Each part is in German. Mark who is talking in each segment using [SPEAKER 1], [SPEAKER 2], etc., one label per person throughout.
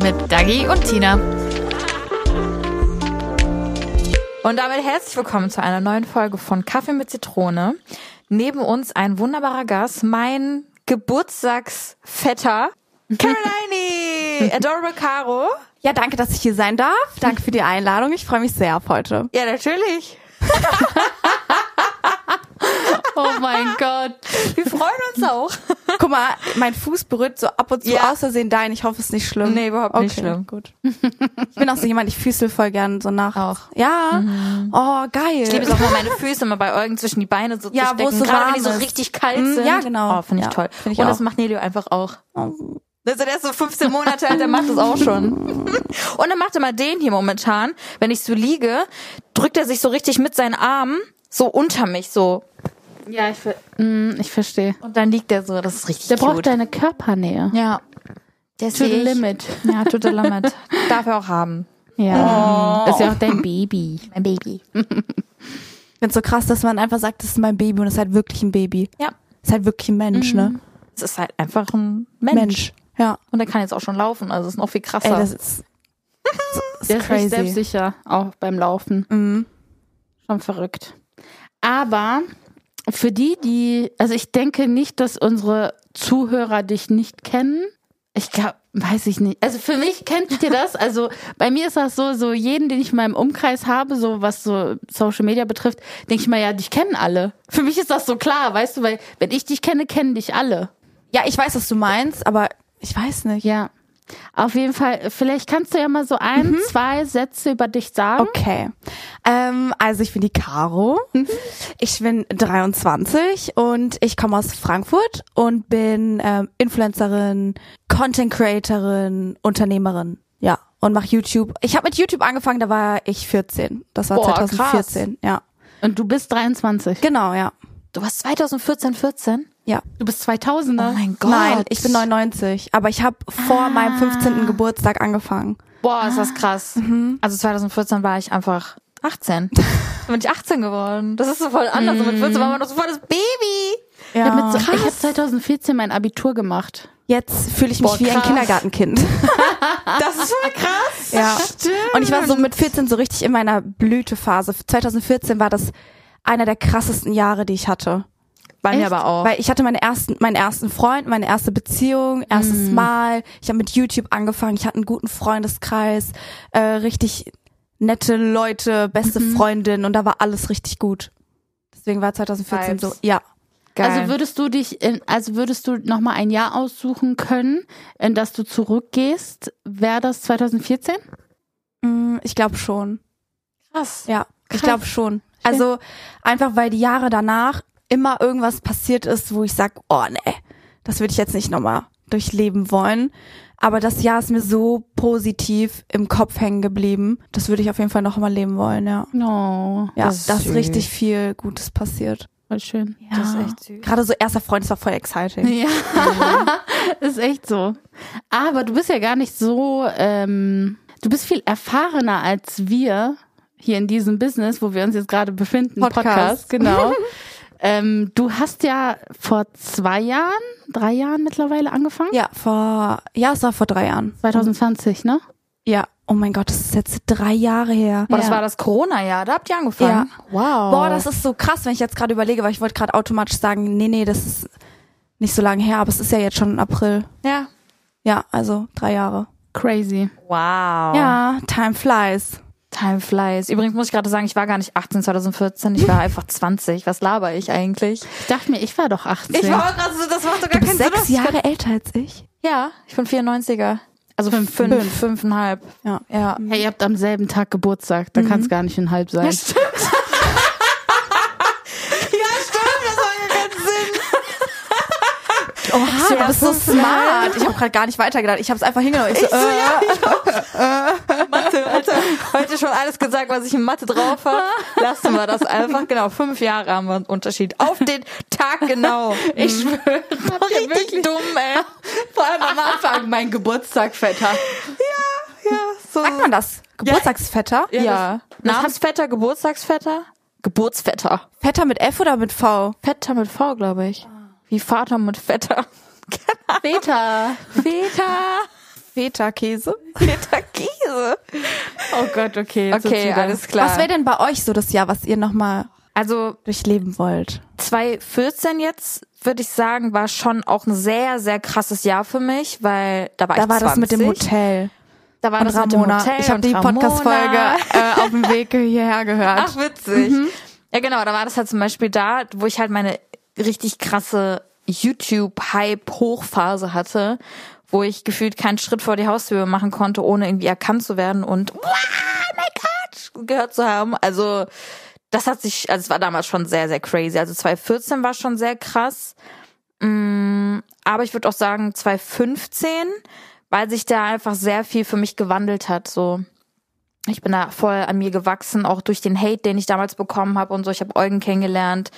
[SPEAKER 1] Mit Dagi und Tina.
[SPEAKER 2] Und damit herzlich willkommen zu einer neuen Folge von Kaffee mit Zitrone. Neben uns ein wunderbarer Gast, mein Geburtstagsvetter Caroline Adorable Caro.
[SPEAKER 3] Ja, danke, dass ich hier sein darf. Danke für die Einladung. Ich freue mich sehr auf heute.
[SPEAKER 2] Ja, natürlich.
[SPEAKER 1] Oh mein Gott.
[SPEAKER 2] Wir freuen uns auch.
[SPEAKER 3] Guck mal, mein Fuß berührt so ab und zu
[SPEAKER 2] Ja.
[SPEAKER 3] aus Versehen dein. Ich hoffe, es ist nicht schlimm.
[SPEAKER 2] Nee, überhaupt
[SPEAKER 3] okay,
[SPEAKER 2] nicht schlimm.
[SPEAKER 3] Gut. Ich bin auch so jemand, ich füßel voll gern so nach. Auch. Ja. Oh, geil.
[SPEAKER 2] Mhm. Ich liebe es auch mal, meine Füße immer bei Eugen zwischen die Beine so
[SPEAKER 3] Ja,
[SPEAKER 2] zu stecken.
[SPEAKER 3] wo es so
[SPEAKER 2] gerade wenn
[SPEAKER 3] warm
[SPEAKER 2] die so
[SPEAKER 3] ist.
[SPEAKER 2] richtig kalt
[SPEAKER 3] Mm,
[SPEAKER 2] sind.
[SPEAKER 3] ja, genau.
[SPEAKER 2] Oh, finde ich
[SPEAKER 3] Ja,
[SPEAKER 2] toll.
[SPEAKER 3] finde ich
[SPEAKER 2] Und
[SPEAKER 3] auch.
[SPEAKER 2] das macht Nelio einfach auch. Also der ist so 15 Monate alt, der macht das auch schon. Und er macht immer den hier momentan, wenn ich so liege, drückt er sich so richtig mit seinen Armen so unter mich so.
[SPEAKER 4] Ja, ich, ver mm, ich verstehe.
[SPEAKER 2] Und dann liegt er so, das ist richtig
[SPEAKER 4] Der
[SPEAKER 2] cute.
[SPEAKER 4] braucht deine Körpernähe.
[SPEAKER 2] ja. Der
[SPEAKER 4] To the
[SPEAKER 2] sehe ich.
[SPEAKER 4] limit.
[SPEAKER 2] Ja, to the limit. Darf er auch haben.
[SPEAKER 4] Oh. Ja. Das ist ja auch dein Baby.
[SPEAKER 2] Mein Baby.
[SPEAKER 3] Ich finde so krass, dass man einfach sagt, das ist mein Baby und es ist halt wirklich ein Baby.
[SPEAKER 2] Ja.
[SPEAKER 3] Ist halt wirklich ein Mensch, ne?
[SPEAKER 2] Es ist halt einfach ein Mensch.
[SPEAKER 3] Mensch. Ja.
[SPEAKER 2] Und er kann jetzt auch schon laufen, also ist noch viel krasser.
[SPEAKER 3] Ey, das ist, das
[SPEAKER 4] Der
[SPEAKER 3] ist
[SPEAKER 4] ist sich
[SPEAKER 3] crazy.
[SPEAKER 4] selbstsicher, auch beim Laufen.
[SPEAKER 3] Mhm.
[SPEAKER 4] Schon verrückt. Aber für die, die, also ich denke nicht, dass unsere Zuhörer dich nicht kennen. Ich glaube, weiß ich nicht. Also für mich kennt ihr das. Also bei mir ist das so, so jeden, den ich in meinem Umkreis habe, so was so Social Media betrifft, denke ich mal, ja, dich kennen alle. Für mich ist das so klar, weißt du, weil wenn ich dich kenne, kennen dich alle.
[SPEAKER 3] Ja, ich weiß, was du meinst, aber ich weiß nicht.
[SPEAKER 4] Ja. Auf jeden Fall, vielleicht kannst du ja mal so ein,
[SPEAKER 3] Mhm.
[SPEAKER 4] zwei Sätze über dich sagen.
[SPEAKER 2] Mhm.
[SPEAKER 3] Okay. Ähm, also ich bin die Caro. Ich bin 23 und ich komme aus Frankfurt und bin ähm, Influencerin, Content Creatorin, Unternehmerin. Ja. Und mache YouTube. Ich habe mit YouTube angefangen, da war ich 14. Das war
[SPEAKER 2] Boah,
[SPEAKER 3] 2014. Ja.
[SPEAKER 4] Und du bist 23.
[SPEAKER 3] Genau, ja.
[SPEAKER 2] du warst 2014, 14?
[SPEAKER 3] Ja.
[SPEAKER 4] Du bist 2000er.
[SPEAKER 2] mein Gott.
[SPEAKER 3] Nein, ich bin 99, aber ich habe vor meinem 15.
[SPEAKER 2] Ah.
[SPEAKER 3] Geburtstag angefangen.
[SPEAKER 2] Boah, ist das krass. Also 2014 war ich einfach 18. Da bin ich 18 geworden. Das ist so voll anders. Und Mit 14 war man noch so voll das Baby.
[SPEAKER 3] Ja.
[SPEAKER 4] Ich habe hab 2014 mein Abitur gemacht.
[SPEAKER 3] Jetzt fühle ich mich
[SPEAKER 2] Boah,
[SPEAKER 3] wie ein
[SPEAKER 2] krass.
[SPEAKER 3] Kindergartenkind.
[SPEAKER 2] Das ist voll Ah, krass.
[SPEAKER 3] Ja. Und ich war
[SPEAKER 2] Ah.
[SPEAKER 3] so mit 14 so richtig in meiner Blütephase. 2014 war das einer der krassesten Jahre, die ich hatte.
[SPEAKER 2] Bei mir aber auch.
[SPEAKER 3] Weil ich hatte meine ersten, meinen ersten Freund, meine erste Beziehung,
[SPEAKER 2] Mm.
[SPEAKER 3] erstes Mal. Ich habe mit YouTube angefangen. Ich hatte einen guten Freundeskreis, äh, richtig nette Leute, beste
[SPEAKER 2] Mhm.
[SPEAKER 3] Freundin und da war alles richtig gut. Deswegen war 2014 so,
[SPEAKER 2] Vibes.
[SPEAKER 3] ja.
[SPEAKER 4] Also würdest du dich, in, also würdest du noch mal ein Jahr aussuchen können, in das du zurückgehst? Wäre das 2014?
[SPEAKER 3] Mm, Ich glaube schon.
[SPEAKER 2] krass.
[SPEAKER 3] Ja,
[SPEAKER 4] Krass.
[SPEAKER 3] ich glaube schon. Also einfach, weil die Jahre danach immer irgendwas passiert ist, wo ich sag, oh nee, das würde ich jetzt nicht nochmal durchleben wollen. Aber das Jahr ist mir so positiv im Kopf hängen geblieben. Das würde ich auf jeden Fall nochmal leben wollen, ja.
[SPEAKER 4] No,
[SPEAKER 3] Ja,
[SPEAKER 2] Das
[SPEAKER 3] das
[SPEAKER 2] ist
[SPEAKER 3] ist
[SPEAKER 2] süß.
[SPEAKER 3] richtig viel Gutes passiert.
[SPEAKER 4] voll schön.
[SPEAKER 3] Ja. Das ist echt
[SPEAKER 2] süß.
[SPEAKER 3] Gerade so erster Freund, das war voll exciting.
[SPEAKER 4] Ja, ist echt so. Aber du bist ja gar nicht so, ähm, du bist viel erfahrener als wir hier in diesem Business, wo wir uns jetzt gerade befinden.
[SPEAKER 3] Podcast.
[SPEAKER 4] genau. ähm, du hast ja vor zwei Jahren, drei Jahren mittlerweile angefangen.
[SPEAKER 3] Ja, vor, ja, es war vor drei Jahren.
[SPEAKER 4] 2020, ne?
[SPEAKER 3] Ja. Oh mein Gott, das ist jetzt drei Jahre her.
[SPEAKER 2] Boah, das
[SPEAKER 4] Ja.
[SPEAKER 2] war das Corona-Jahr. Da habt ihr angefangen. Ja. Wow.
[SPEAKER 3] Boah, das ist so krass, wenn ich jetzt gerade überlege, weil ich wollte gerade automatisch sagen, nee, nee, das ist nicht so lange her, aber es ist ja jetzt schon April.
[SPEAKER 2] ja.
[SPEAKER 3] Ja, also drei Jahre.
[SPEAKER 4] Crazy.
[SPEAKER 2] Wow.
[SPEAKER 3] Ja, time flies.
[SPEAKER 2] Time flies. Übrigens muss ich gerade sagen, ich war gar nicht 18 2014. Ich war einfach 20. Was laber ich eigentlich?
[SPEAKER 4] Ich dachte mir, ich war doch 18.
[SPEAKER 2] auch gerade so, das macht doch
[SPEAKER 3] Du bist sechs Jahre älter als ich.
[SPEAKER 2] Ja, ich bin 94er. Also fünf, fünf, fünfeinhalb.
[SPEAKER 3] Ja.
[SPEAKER 2] Ja.
[SPEAKER 4] hey, ihr habt am selben Tag Geburtstag, da kann es gar nicht in halb sein.
[SPEAKER 2] stimmt, das war ja ganz Sinn.
[SPEAKER 3] Oha, bist so smart. Ich habe gerade gar nicht weitergedacht. Ich habe es einfach hingenommen. Ich so, äh,
[SPEAKER 2] Mathe, Alter. Heute schon alles gesagt, was ich in Mathe drauf habe. Lassen wir das einfach. Genau, fünf Jahre haben wir einen Unterschied. Auf den Tag genau. Ich schwöre. Richtig dumm, ey.
[SPEAKER 4] Vor allem am Anfang, mein Geburtstag, Vetter.
[SPEAKER 2] Ja, so.
[SPEAKER 3] sagt man das? Geburtstagsvetter?
[SPEAKER 2] Ja. Namensvetter, Geburtstagsvetter? Geburtsvetter.
[SPEAKER 3] Vetter mit F oder mit V?
[SPEAKER 2] Vetter mit V, glaube ich. Wie Vater mit Vetter.
[SPEAKER 4] Beta.
[SPEAKER 2] Väter.
[SPEAKER 3] Feta-Käse.
[SPEAKER 2] Väter Käse.
[SPEAKER 4] Oh Gott, okay. jetzt wird's
[SPEAKER 2] Okay,
[SPEAKER 4] wieder-
[SPEAKER 2] alles klar.
[SPEAKER 3] Was wäre denn bei euch so das Jahr, was ihr nochmal
[SPEAKER 2] also
[SPEAKER 3] durchleben wollt?
[SPEAKER 2] 2014 jetzt, würde ich sagen, war schon auch ein sehr, sehr krasses Jahr für mich, weil da war ich
[SPEAKER 3] Da war
[SPEAKER 2] 20.
[SPEAKER 3] das mit dem Hotel.
[SPEAKER 2] Da war
[SPEAKER 3] Und
[SPEAKER 2] das
[SPEAKER 3] Ramona.
[SPEAKER 2] mit dem Hotel
[SPEAKER 3] ich habe
[SPEAKER 2] und
[SPEAKER 3] die
[SPEAKER 2] Ramona.
[SPEAKER 3] Podcast-Folge äh, auf dem Weg hierher gehört.
[SPEAKER 2] Ach, witzig. Ja, genau, da war das halt zum Beispiel da, wo ich halt meine richtig krasse YouTube-Hype-Hochphase hatte, wo ich gefühlt keinen Schritt vor die Haustür machen konnte, ohne irgendwie erkannt zu werden und wow, my God, gehört zu haben. Also das hat sich, also es war damals schon sehr, sehr crazy. Also 2014 war schon sehr krass. Mm, Aber ich würde auch sagen 2015, weil sich da einfach sehr viel für mich gewandelt hat. So, ich bin da voll an mir gewachsen, auch durch den Hate, den ich damals bekommen habe und so. Ich habe Eugen kennengelernt.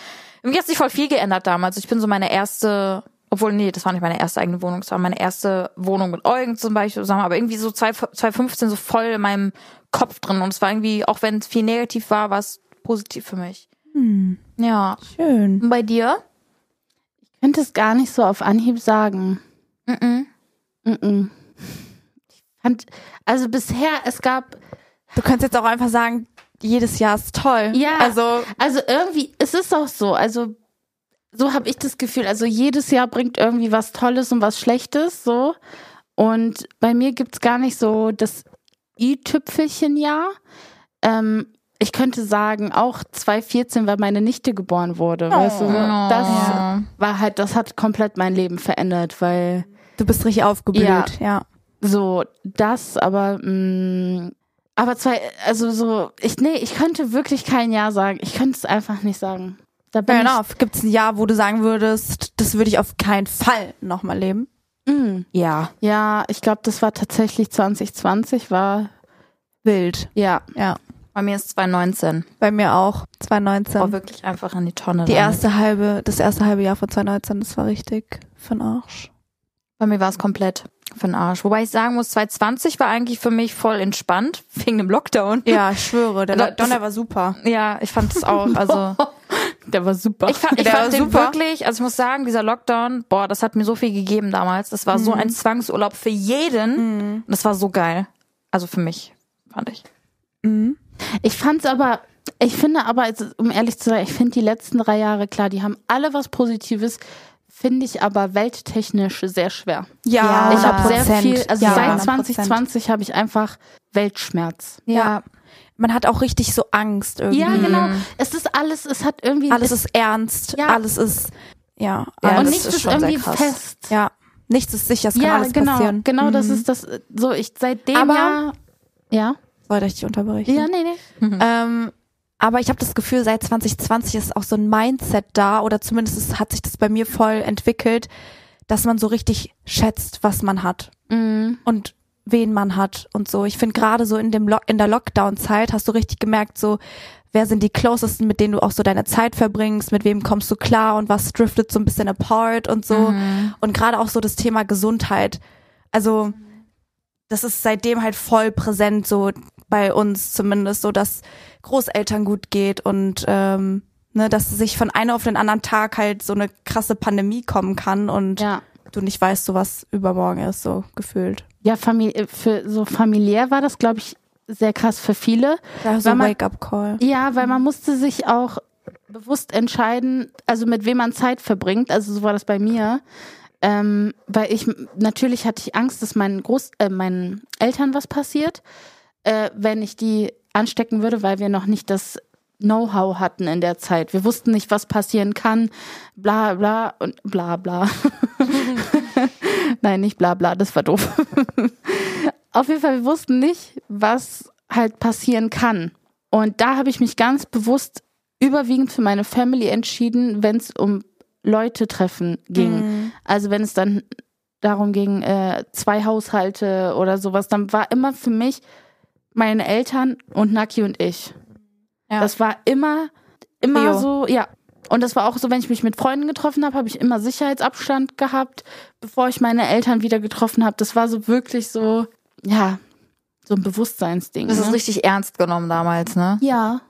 [SPEAKER 2] Mir hat sich voll viel geändert damals. Ich bin so meine erste, obwohl, nee, das war nicht meine erste eigene Wohnung, das war meine erste Wohnung mit Eugen zum Beispiel zusammen, aber irgendwie so 2 2015 so voll in meinem Kopf drin. Und es war irgendwie, auch wenn es viel negativ war, war es positiv für mich. Hm. Ja.
[SPEAKER 3] Schön.
[SPEAKER 2] Und bei dir?
[SPEAKER 4] Ich könnte es gar nicht so auf Anhieb sagen.
[SPEAKER 2] Mhm.
[SPEAKER 4] Mhm. Ich fand, also bisher, es gab,
[SPEAKER 3] Du kannst jetzt auch einfach sagen, jedes Jahr ist toll.
[SPEAKER 4] Ja.
[SPEAKER 3] Also,
[SPEAKER 4] also irgendwie, es ist auch so, also so habe ich das Gefühl, also jedes Jahr bringt irgendwie was Tolles und was Schlechtes, so. Und bei mir gibt es gar nicht so das i-Tüpfelchen-Jahr. Ähm, ich könnte sagen, auch 2014, weil meine Nichte geboren wurde. weißt du, so, das
[SPEAKER 2] Oh. Ja.
[SPEAKER 4] war halt, das hat komplett mein Leben verändert, weil
[SPEAKER 3] du bist richtig aufgeblüht. Ja.
[SPEAKER 4] so das, aber mh, aber zwei, also so, ich nee, ich könnte wirklich kein Ja sagen. Ich könnte es einfach nicht sagen. Da bin
[SPEAKER 3] Fair enough. Gibt es ein Jahr, wo du sagen würdest, das würde ich auf keinen Fall nochmal leben?
[SPEAKER 4] ich. Mh,
[SPEAKER 2] Ja.
[SPEAKER 4] ja, ich glaube, das war tatsächlich 2020 war
[SPEAKER 3] Wild.
[SPEAKER 4] ja.
[SPEAKER 3] Ja.
[SPEAKER 2] Bei mir ist 2019.
[SPEAKER 3] Bei mir auch. 2019.
[SPEAKER 2] War wirklich einfach in die Tonne.
[SPEAKER 3] Die
[SPEAKER 2] damit.
[SPEAKER 3] erste halbe, das erste halbe Jahr von 2019, das war richtig für den Arsch.
[SPEAKER 2] Bei mir war es komplett für den Arsch. Wobei ich sagen muss, 2020 war eigentlich für mich voll entspannt, wegen dem Lockdown.
[SPEAKER 3] Ja, ich schwöre, der
[SPEAKER 2] Das-
[SPEAKER 3] Lockdown war super.
[SPEAKER 2] Ja, ich fand es auch. Also
[SPEAKER 4] Der war super.
[SPEAKER 2] ich fand, ich
[SPEAKER 3] Der
[SPEAKER 2] fand
[SPEAKER 3] war
[SPEAKER 2] den
[SPEAKER 3] super.
[SPEAKER 2] wirklich, also ich muss sagen, dieser Lockdown, boah, das hat mir so viel gegeben damals. Das war so
[SPEAKER 3] Mhm.
[SPEAKER 2] ein Zwangsurlaub für jeden. Und das war so geil. Also für mich, fand ich.
[SPEAKER 4] Ich fand's aber, ich finde aber, also, um ehrlich zu sein, ich finde die letzten drei Jahre, klar, die haben alle was Positives, finde ich aber welttechnisch sehr schwer.
[SPEAKER 2] Ja,
[SPEAKER 4] Ich habe sehr
[SPEAKER 3] 100%.
[SPEAKER 4] viel, also
[SPEAKER 3] Ah. Ja,
[SPEAKER 4] seit
[SPEAKER 3] 100%.
[SPEAKER 4] 2020 habe ich einfach Weltschmerz.
[SPEAKER 3] Ja. Man hat auch richtig so Angst irgendwie.
[SPEAKER 4] Ja, genau. Es ist alles, es hat irgendwie
[SPEAKER 3] Alles ist ernst,
[SPEAKER 4] Ja.
[SPEAKER 3] alles ist, ja,
[SPEAKER 2] Ja,
[SPEAKER 4] und
[SPEAKER 3] alles,
[SPEAKER 2] das
[SPEAKER 4] nichts
[SPEAKER 2] ist
[SPEAKER 4] ist,
[SPEAKER 2] schon sehr
[SPEAKER 4] irgendwie
[SPEAKER 2] krass.
[SPEAKER 4] fest.
[SPEAKER 3] ja. Nichts ist sicher, es kann alles
[SPEAKER 4] genau,
[SPEAKER 3] passieren. Mhm.
[SPEAKER 4] genau, das ist das. äh, So, ich seit dem
[SPEAKER 3] Aber-
[SPEAKER 4] Jahr, ja,
[SPEAKER 3] Sollte ich dich unterbrechen?
[SPEAKER 4] ja, nee, nee.
[SPEAKER 3] Ähm, aber ich habe das Gefühl, seit 2020 ist auch so ein Mindset da oder zumindest ist, hat sich das bei mir voll entwickelt, dass man so richtig schätzt, was man hat
[SPEAKER 4] Mhm,
[SPEAKER 3] und wen man hat und so. Ich finde gerade so in dem Lo in der Lockdown Zeit hast du richtig gemerkt, so wer sind die closesten, mit denen du auch so deine Zeit verbringst, mit wem kommst du klar und was driftet so ein bisschen apart und so und gerade auch so das Thema Gesundheit. Also das ist seitdem halt voll präsent, so bei uns zumindest, so dass Großeltern gut geht und ähm, ne, dass sich von einem auf den anderen Tag halt so eine krasse Pandemie kommen kann und
[SPEAKER 4] Ja,
[SPEAKER 3] du nicht weißt, so was übermorgen ist, so gefühlt.
[SPEAKER 4] ja, famili äh, für so familiär war das, glaube ich, sehr krass für viele.
[SPEAKER 3] Ja,
[SPEAKER 4] so
[SPEAKER 3] so
[SPEAKER 4] ein
[SPEAKER 3] Wake-up-Call.
[SPEAKER 4] Ja, weil man musste sich auch bewusst entscheiden, also mit wem man Zeit verbringt. Also so war das bei mir. Ähm, weil ich natürlich hatte ich Angst, dass meinen Groß äh, meinen Eltern was passiert, äh, wenn ich die anstecken würde, weil wir noch nicht das Know-how hatten in der Zeit. Wir wussten nicht, was passieren kann, bla bla und bla bla. Nein, nicht bla bla, das war doof. Auf jeden Fall, wir wussten nicht, was halt passieren kann. Und da habe ich mich ganz bewusst überwiegend für meine Family entschieden, wenn es um Leute treffen
[SPEAKER 2] Mhm.
[SPEAKER 4] ging.
[SPEAKER 3] Mhm.
[SPEAKER 4] Also wenn es dann darum ging, äh, zwei Haushalte oder sowas, dann war immer für mich meine Eltern und Naki und ich.
[SPEAKER 2] Ja.
[SPEAKER 4] Das war immer, immer
[SPEAKER 2] Trio.
[SPEAKER 4] so, ja. Und das war auch so, wenn ich mich mit Freunden getroffen habe, habe ich immer Sicherheitsabstand gehabt, bevor ich meine Eltern wieder getroffen habe. Das war so wirklich so, ja, so ein Bewusstseinsding.
[SPEAKER 2] Das
[SPEAKER 3] Mhm.
[SPEAKER 2] ist
[SPEAKER 4] ne?
[SPEAKER 2] richtig ernst genommen damals, ne?
[SPEAKER 4] Ja.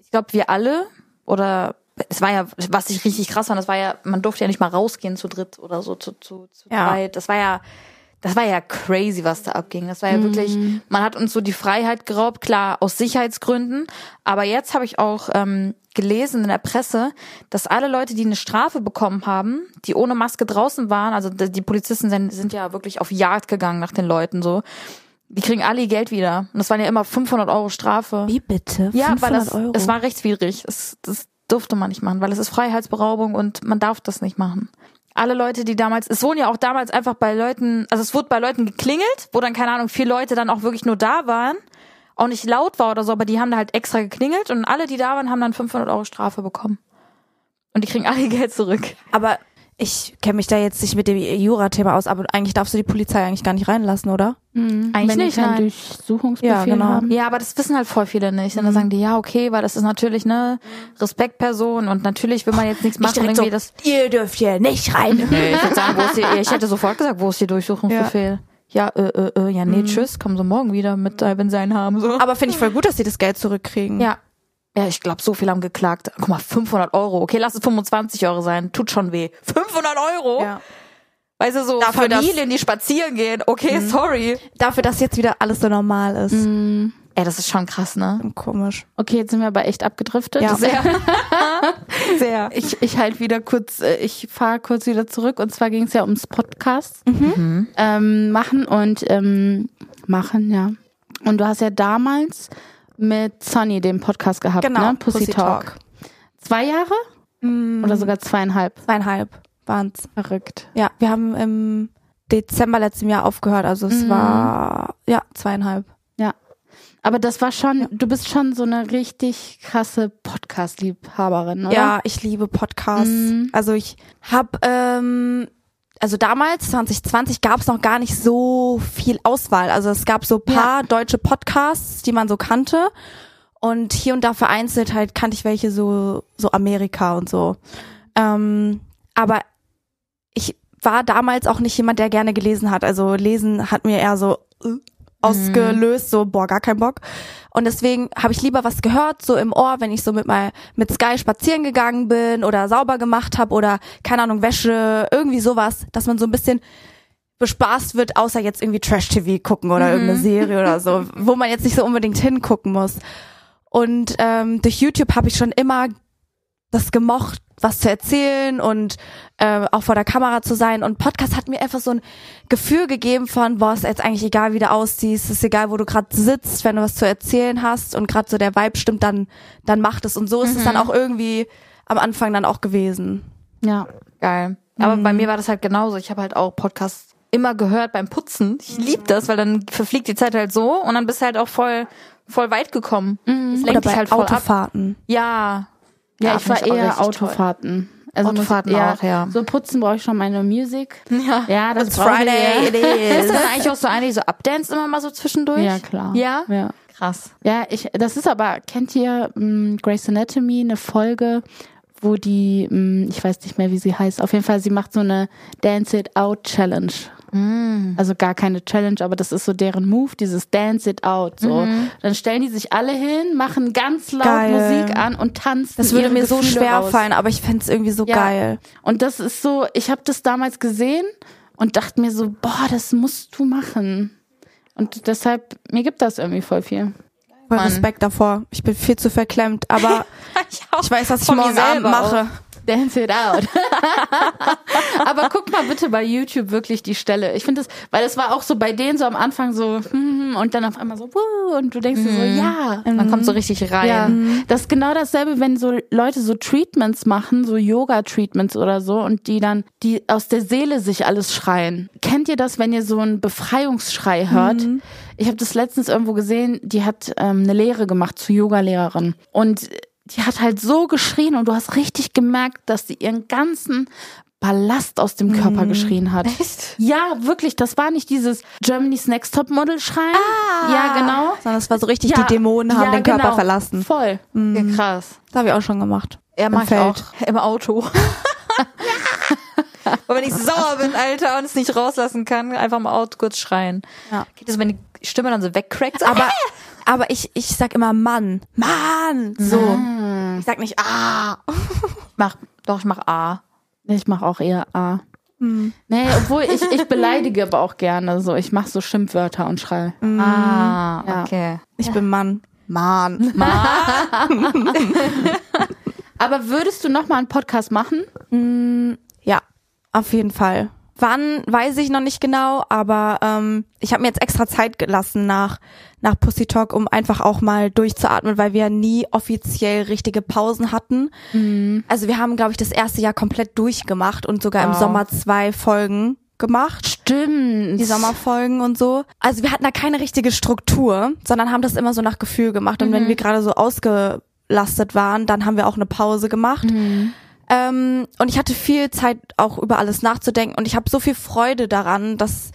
[SPEAKER 2] ich glaube, wir alle oder es war ja, was ich richtig krass fand, das war ja, man durfte ja nicht mal rausgehen zu dritt oder so, zu, zu, zu
[SPEAKER 3] Ja.
[SPEAKER 2] zweit. Das war ja, das war ja crazy, was da abging. Das war ja wirklich, man hat uns so die Freiheit geraubt, klar, aus Sicherheitsgründen. Aber jetzt habe ich auch ähm, gelesen in der Presse, dass alle Leute, die eine Strafe bekommen haben, die ohne Maske draußen waren, also die die Polizisten sind, sind ja wirklich auf Jagd gegangen nach den Leuten so, die kriegen alle ihr Geld wieder. Und das waren ja immer 500 Euro Strafe.
[SPEAKER 3] Wie bitte?
[SPEAKER 2] Ja, weil
[SPEAKER 3] 500
[SPEAKER 2] das,
[SPEAKER 3] Euro.
[SPEAKER 2] es war rechtswidrig. Es, das durfte man nicht machen, weil es ist Freiheitsberaubung und man darf das nicht machen. Alle Leute, die damals, es wurden ja auch damals einfach bei Leuten, also es wurde bei Leuten geklingelt, wo dann, keine Ahnung, vier Leute dann auch wirklich nur da waren, auch nicht laut war oder so, aber die haben da halt extra geklingelt und alle, die da waren, haben dann 500 Euro Strafe bekommen. Und die kriegen alle ihr Geld zurück.
[SPEAKER 3] aber ich kenne mich da jetzt nicht mit dem Jura-Thema aus, aber eigentlich darfst du die Polizei eigentlich gar nicht reinlassen, oder?
[SPEAKER 2] Eigentlich
[SPEAKER 4] wenn
[SPEAKER 2] nicht,
[SPEAKER 4] die keinen
[SPEAKER 2] nein.
[SPEAKER 4] Durchsuchungsbefehl
[SPEAKER 3] Ja, genau.
[SPEAKER 4] haben.
[SPEAKER 2] Ja, aber das wissen halt voll viele nicht. Und dann sagen die, ja, okay, weil das ist natürlich, ne, Respektperson und natürlich will man jetzt nichts machen, irgendwie das.
[SPEAKER 3] ihr dürft hier nicht rein.
[SPEAKER 2] Nee, ich würde sagen, wo ist die, ich hätte sofort gesagt, wo ist ihr Durchsuchungsbefehl? Ja, äh, äh, äh, ja, nee, tschüss, kommen sie morgen wieder mit, äh, wenn sie einen haben, so.
[SPEAKER 3] aber finde ich voll gut, dass sie das Geld zurückkriegen.
[SPEAKER 2] ja. Ja, ich glaube, so viel haben geklagt. Guck mal, 500 Euro. Okay, lass es 25 Euro sein. Tut schon weh. 500 Euro?
[SPEAKER 3] Ja.
[SPEAKER 2] Weißt du, so
[SPEAKER 3] Dafür, dass-
[SPEAKER 2] Familien, die spazieren gehen. Okay, sorry.
[SPEAKER 3] Dafür, dass jetzt wieder alles so normal ist. Hm,
[SPEAKER 2] Ey, das ist schon krass, ne?
[SPEAKER 3] Komisch.
[SPEAKER 4] Okay, jetzt sind wir aber echt abgedriftet.
[SPEAKER 3] Ja. Sehr.
[SPEAKER 4] Ich, ich halt wieder kurz, äh, ich fahre kurz wieder zurück und zwar ging es ja ums Podcast ähm, machen und ähm, machen, ja. Und du hast ja damals mit Sonny den Podcast gehabt,
[SPEAKER 3] Genau,
[SPEAKER 4] ne? Pussy,
[SPEAKER 3] Pussy
[SPEAKER 4] Talk.
[SPEAKER 3] Talk. Hm. Mhm.
[SPEAKER 4] Zwei Jahre oder sogar zweieinhalb.
[SPEAKER 3] Zweieinhalb waren's.
[SPEAKER 4] Verrückt.
[SPEAKER 3] Ja, wir haben im Dezember letzten Jahr aufgehört, also es war ja zweieinhalb.
[SPEAKER 4] Aber das war schon, du bist schon so eine richtig krasse Podcast-Liebhaberin, oder?
[SPEAKER 3] Ja, ich liebe Podcasts.
[SPEAKER 4] Mhm.
[SPEAKER 3] Also ich hab ähm, also damals 2020 gab's noch gar nicht so viel Auswahl. Also es gab so paar deutsche Podcasts, die man so kannte und hier und da vereinzelt halt kannte ich welche so so Amerika und so. Ähm, aber ich war damals auch nicht jemand, der gerne gelesen hat. Also lesen hat mir eher so äh,
[SPEAKER 4] Mhm.
[SPEAKER 3] ausgelöst, so boah, gar kein Bock. Und deswegen habe ich lieber was gehört, so im Ohr, wenn ich so mit mal mit Sky spazieren gegangen bin oder sauber gemacht habe oder keine Ahnung, Wäsche, irgendwie sowas, dass man so ein bisschen bespaßt wird, außer jetzt irgendwie Trash-TV gucken oder irgendeine Serie oder so, wo man jetzt nicht so unbedingt hingucken muss. Und ähm, durch YouTube habe ich schon immer das gemocht, was zu erzählen und äh, auch vor der Kamera zu sein. Und Podcast hat mir einfach so ein Gefühl gegeben von, boah, ist jetzt eigentlich egal, wie du aussiehst, ist egal, wo du gerade sitzt, wenn du was zu erzählen hast und gerade so der Vibe stimmt, dann, dann mach das. Und so ist es dann
[SPEAKER 2] Mhm.
[SPEAKER 3] auch irgendwie am Anfang dann auch gewesen.
[SPEAKER 4] Ja.
[SPEAKER 2] Geil. Aber bei mir war das halt genauso. Ich habe halt auch Podcasts immer gehört beim Putzen. Ich lieb das, weil dann verfliegt die Zeit halt so und dann bist du halt auch voll, voll weit gekommen. Das lenkt
[SPEAKER 3] Oder
[SPEAKER 2] dich
[SPEAKER 3] bei
[SPEAKER 2] halt voll ab.
[SPEAKER 3] Autofahrten.
[SPEAKER 2] Ja.
[SPEAKER 4] Ja, ich
[SPEAKER 2] find
[SPEAKER 4] war
[SPEAKER 2] auch
[SPEAKER 4] eher
[SPEAKER 2] richtig toll.
[SPEAKER 4] Autofahrten. Also muss ich
[SPEAKER 2] Autofahrten
[SPEAKER 4] eher-
[SPEAKER 2] auch, ja. Hm.
[SPEAKER 4] So putzen brauche ich schon meine Musik.
[SPEAKER 2] Ja.
[SPEAKER 4] Ja, das
[SPEAKER 3] It's
[SPEAKER 4] brauche ich.
[SPEAKER 3] Friday, it
[SPEAKER 2] Ist
[SPEAKER 3] is.
[SPEAKER 2] das eigentlich auch so eine, die so abdance immer mal so zwischendurch?
[SPEAKER 4] Ja, klar.
[SPEAKER 2] Ja?
[SPEAKER 4] ja.
[SPEAKER 2] Krass.
[SPEAKER 4] Ja, ich, das ist aber, kennt ihr mh, Grey's Anatomy, eine Folge, wo die, mh, ich weiß nicht mehr, wie sie heißt, auf jeden Fall, sie macht so eine Dance It Out Challenge.
[SPEAKER 3] Mm.
[SPEAKER 4] Also gar keine Challenge, aber das ist so deren Move, dieses Dance It Out. So. Dann stellen die sich alle hin, machen ganz laut
[SPEAKER 3] Mhm. Geil.
[SPEAKER 4] Musik an und tanzen.
[SPEAKER 3] Das würde
[SPEAKER 4] ihre
[SPEAKER 3] mir so
[SPEAKER 4] Gefühle
[SPEAKER 3] schwer
[SPEAKER 4] raus.
[SPEAKER 3] fallen, aber ich fänd's irgendwie so
[SPEAKER 4] Ja.
[SPEAKER 3] geil.
[SPEAKER 4] Und das ist so, ich habe das damals gesehen und dachte mir so, boah, das musst du machen. Und deshalb, mir gibt das irgendwie voll viel.
[SPEAKER 3] Voll Respekt davor. Ich bin viel zu verklemmt, aber
[SPEAKER 2] Ich, auch.
[SPEAKER 3] ich weiß, was ich
[SPEAKER 2] Von mir
[SPEAKER 3] morgen Abend
[SPEAKER 2] selber
[SPEAKER 3] mache.
[SPEAKER 4] Dance it out. Aber guck mal bitte bei YouTube wirklich die Stelle. Ich finde das, weil das war auch so bei denen so am Anfang so hm, und dann auf einmal so wuh, und du denkst dir so ja.
[SPEAKER 2] Man kommt so richtig rein.
[SPEAKER 4] Ja, das ist genau dasselbe, wenn so Leute so Treatments machen, so Yoga-Treatments oder so, und die dann, die aus der Seele sich alles schreien. Kennt ihr das, wenn ihr so einen Befreiungsschrei hört? Ich habe das letztens irgendwo gesehen, die hat ähm, eine Lehre gemacht zur Yoga-Lehrerin. Und die hat halt so geschrien und du hast richtig gemerkt, dass sie ihren ganzen Ballast aus dem Körper geschrien hat.
[SPEAKER 2] Echt?
[SPEAKER 4] Ja, wirklich, das war nicht dieses Germany's Next Top Model schreien. Ah, ja, genau.
[SPEAKER 3] Sondern es war so richtig,
[SPEAKER 4] ja,
[SPEAKER 3] die Dämonen haben
[SPEAKER 4] ja,
[SPEAKER 3] den Körper
[SPEAKER 4] genau.
[SPEAKER 3] verlassen. Mhm.
[SPEAKER 4] Voll.
[SPEAKER 2] Ja, krass.
[SPEAKER 3] Das habe ich auch schon gemacht.
[SPEAKER 2] Er
[SPEAKER 3] Im
[SPEAKER 2] mag ich
[SPEAKER 3] Feld.
[SPEAKER 2] auch. Im Auto. Aber wenn ich sauer bin, Alter, und es nicht rauslassen kann, einfach mal out kurz schreien.
[SPEAKER 3] Ja.
[SPEAKER 2] Geht das, wenn die Stimme dann so wegcrackt? So,
[SPEAKER 3] Aber, aber ich, ich sag immer Mann. Mann! So. Ich sag nicht, ah.
[SPEAKER 2] ich mach, doch, ich mach A.
[SPEAKER 4] Nee, Ich mache auch eher A.
[SPEAKER 3] Mhm.
[SPEAKER 4] Nee, obwohl ich, ich beleidige aber auch gerne so. Ich mache so Schimpfwörter und schreie.
[SPEAKER 3] Mhm.
[SPEAKER 2] Ah,
[SPEAKER 4] Ja.
[SPEAKER 2] okay.
[SPEAKER 3] Ich bin Mann. Mann.
[SPEAKER 4] Aber würdest du nochmal einen Podcast machen?
[SPEAKER 3] Ja, auf jeden Fall. Wann, weiß ich noch nicht genau, aber ähm, ich habe mir jetzt extra Zeit gelassen nach, nach Pussy Talk, um einfach auch mal durchzuatmen, weil wir nie offiziell richtige Pausen hatten. Also wir haben, glaube ich, das erste Jahr komplett durchgemacht und sogar im
[SPEAKER 2] Wow.
[SPEAKER 3] Sommer zwei Folgen gemacht.
[SPEAKER 4] Stimmt.
[SPEAKER 3] die Sommerfolgen und so. Also wir hatten da keine richtige Struktur, sondern haben das immer so nach Gefühl gemacht. Und
[SPEAKER 2] Mhm.
[SPEAKER 3] wenn wir gerade so ausgelastet waren, dann haben wir auch eine Pause gemacht.
[SPEAKER 2] Mhm.
[SPEAKER 3] Ähm, und ich hatte viel Zeit, auch über alles nachzudenken. Und ich habe so viel Freude daran, dass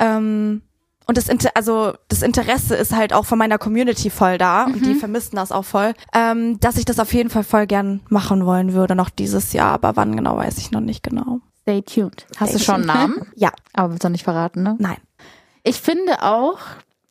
[SPEAKER 3] ähm, und das Inter also das Interesse ist halt auch von meiner Community voll da und
[SPEAKER 2] Mhm.
[SPEAKER 3] die vermissen das auch voll, ähm, dass ich das auf jeden Fall voll gern machen wollen würde noch dieses Jahr, aber wann genau weiß ich noch nicht genau.
[SPEAKER 4] Stay tuned.
[SPEAKER 2] Hast du schon einen Namen?
[SPEAKER 3] Ja,
[SPEAKER 2] Aber willst du nicht verraten, ne?
[SPEAKER 3] nein.
[SPEAKER 4] Ich finde auch,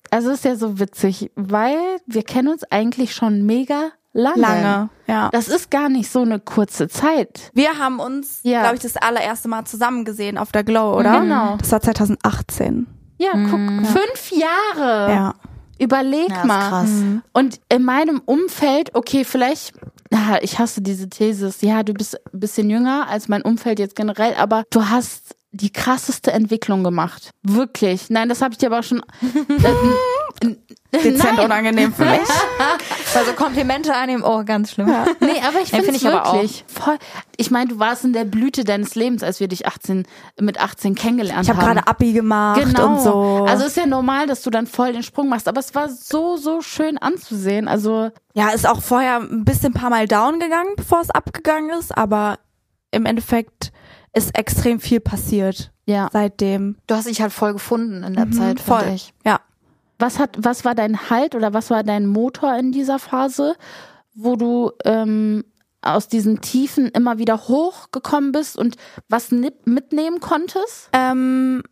[SPEAKER 4] also ist ja so witzig, weil wir kennen uns eigentlich schon mega lange.
[SPEAKER 3] Lange, ja.
[SPEAKER 4] Das ist gar nicht so eine kurze Zeit.
[SPEAKER 3] Wir haben uns,
[SPEAKER 4] Ja.
[SPEAKER 3] glaube ich, das allererste Mal zusammen gesehen auf der Glow, oder?
[SPEAKER 4] Genau.
[SPEAKER 3] Das war 2018.
[SPEAKER 4] Ja, guck, Mhm. fünf Jahre.
[SPEAKER 3] Ja.
[SPEAKER 4] Überleg
[SPEAKER 2] Ja, ist
[SPEAKER 4] mal.
[SPEAKER 2] krass. Mhm.
[SPEAKER 4] Und in meinem Umfeld, okay, vielleicht, ah, ich hasse diese These, ja, du bist ein bisschen jünger als mein Umfeld jetzt generell, aber du hast die krasseste Entwicklung gemacht. Wirklich. Nein, das habe ich dir aber auch schon. ähm,
[SPEAKER 3] Dezent
[SPEAKER 4] nein.
[SPEAKER 3] unangenehm für mich.
[SPEAKER 2] Also Komplimente annehmen, oh, ganz schlimm.
[SPEAKER 4] Nee, aber ich
[SPEAKER 2] Ja,
[SPEAKER 4] finde
[SPEAKER 2] find
[SPEAKER 4] find
[SPEAKER 2] ich
[SPEAKER 4] ich
[SPEAKER 2] aber auch.
[SPEAKER 4] wirklich voll. Ich meine, du warst in der Blüte deines Lebens, als wir dich 18 mit 18 kennengelernt
[SPEAKER 3] Ich habe
[SPEAKER 4] haben.
[SPEAKER 3] gerade Abi gemacht
[SPEAKER 4] genau.
[SPEAKER 3] und so.
[SPEAKER 4] Also ist ja normal, dass du dann voll den Sprung machst, aber es war so so schön anzusehen. Also
[SPEAKER 3] ja, ist auch vorher ein bisschen ein paar Mal down gegangen, bevor es abgegangen ist, aber im Endeffekt ist extrem viel passiert
[SPEAKER 4] ja.
[SPEAKER 3] seitdem.
[SPEAKER 2] Du hast dich halt voll gefunden in der Zeit,
[SPEAKER 3] Mhm, Voll.
[SPEAKER 2] finde ich.
[SPEAKER 3] Ja.
[SPEAKER 4] Was hat was war dein Halt oder was war dein Motor in dieser Phase, wo du ähm, aus diesen Tiefen immer wieder hochgekommen bist und was ni- mitnehmen konntest?
[SPEAKER 3] Ähm,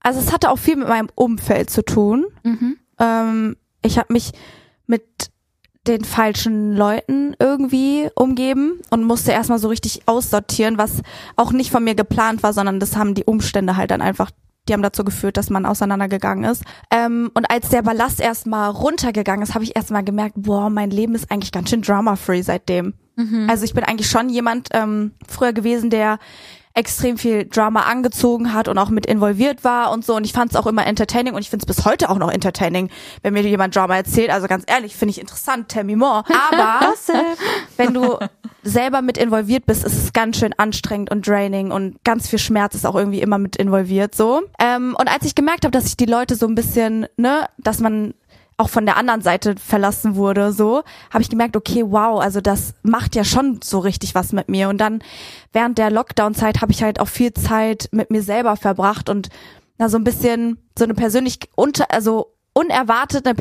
[SPEAKER 3] also es hatte auch viel mit meinem Umfeld zu tun.
[SPEAKER 4] Mhm.
[SPEAKER 3] Ähm, ich habe mich mit den falschen Leuten irgendwie umgeben und musste erstmal so richtig aussortieren, was auch nicht von mir geplant war, sondern das haben die Umstände halt dann einfach, die haben dazu geführt, dass man auseinandergegangen ist. Ähm, und als der Ballast erstmal runtergegangen ist, habe ich erstmal gemerkt, boah, mein Leben ist eigentlich ganz schön drama-free seitdem. Also ich bin eigentlich schon jemand ähm, früher gewesen, der extrem viel Drama angezogen hat und auch mit involviert war und so. Und ich fand es auch immer entertaining und ich finde es bis heute auch noch entertaining, wenn mir jemand Drama erzählt. Also ganz ehrlich, finde ich interessant, tell me more. Aber wenn du selber mit involviert bist, ist es ganz schön anstrengend und draining und ganz viel Schmerz ist auch irgendwie immer mit involviert so. Ähm, und als ich gemerkt habe, dass ich die Leute so ein bisschen, ne, dass man auch von der anderen Seite verlassen wurde, so, habe ich gemerkt, okay, wow, also das macht ja schon so richtig was mit mir. Und dann während der Lockdown-Zeit habe ich halt auch viel Zeit mit mir selber verbracht und na so ein bisschen so eine persönlich unter, also unerwartet eine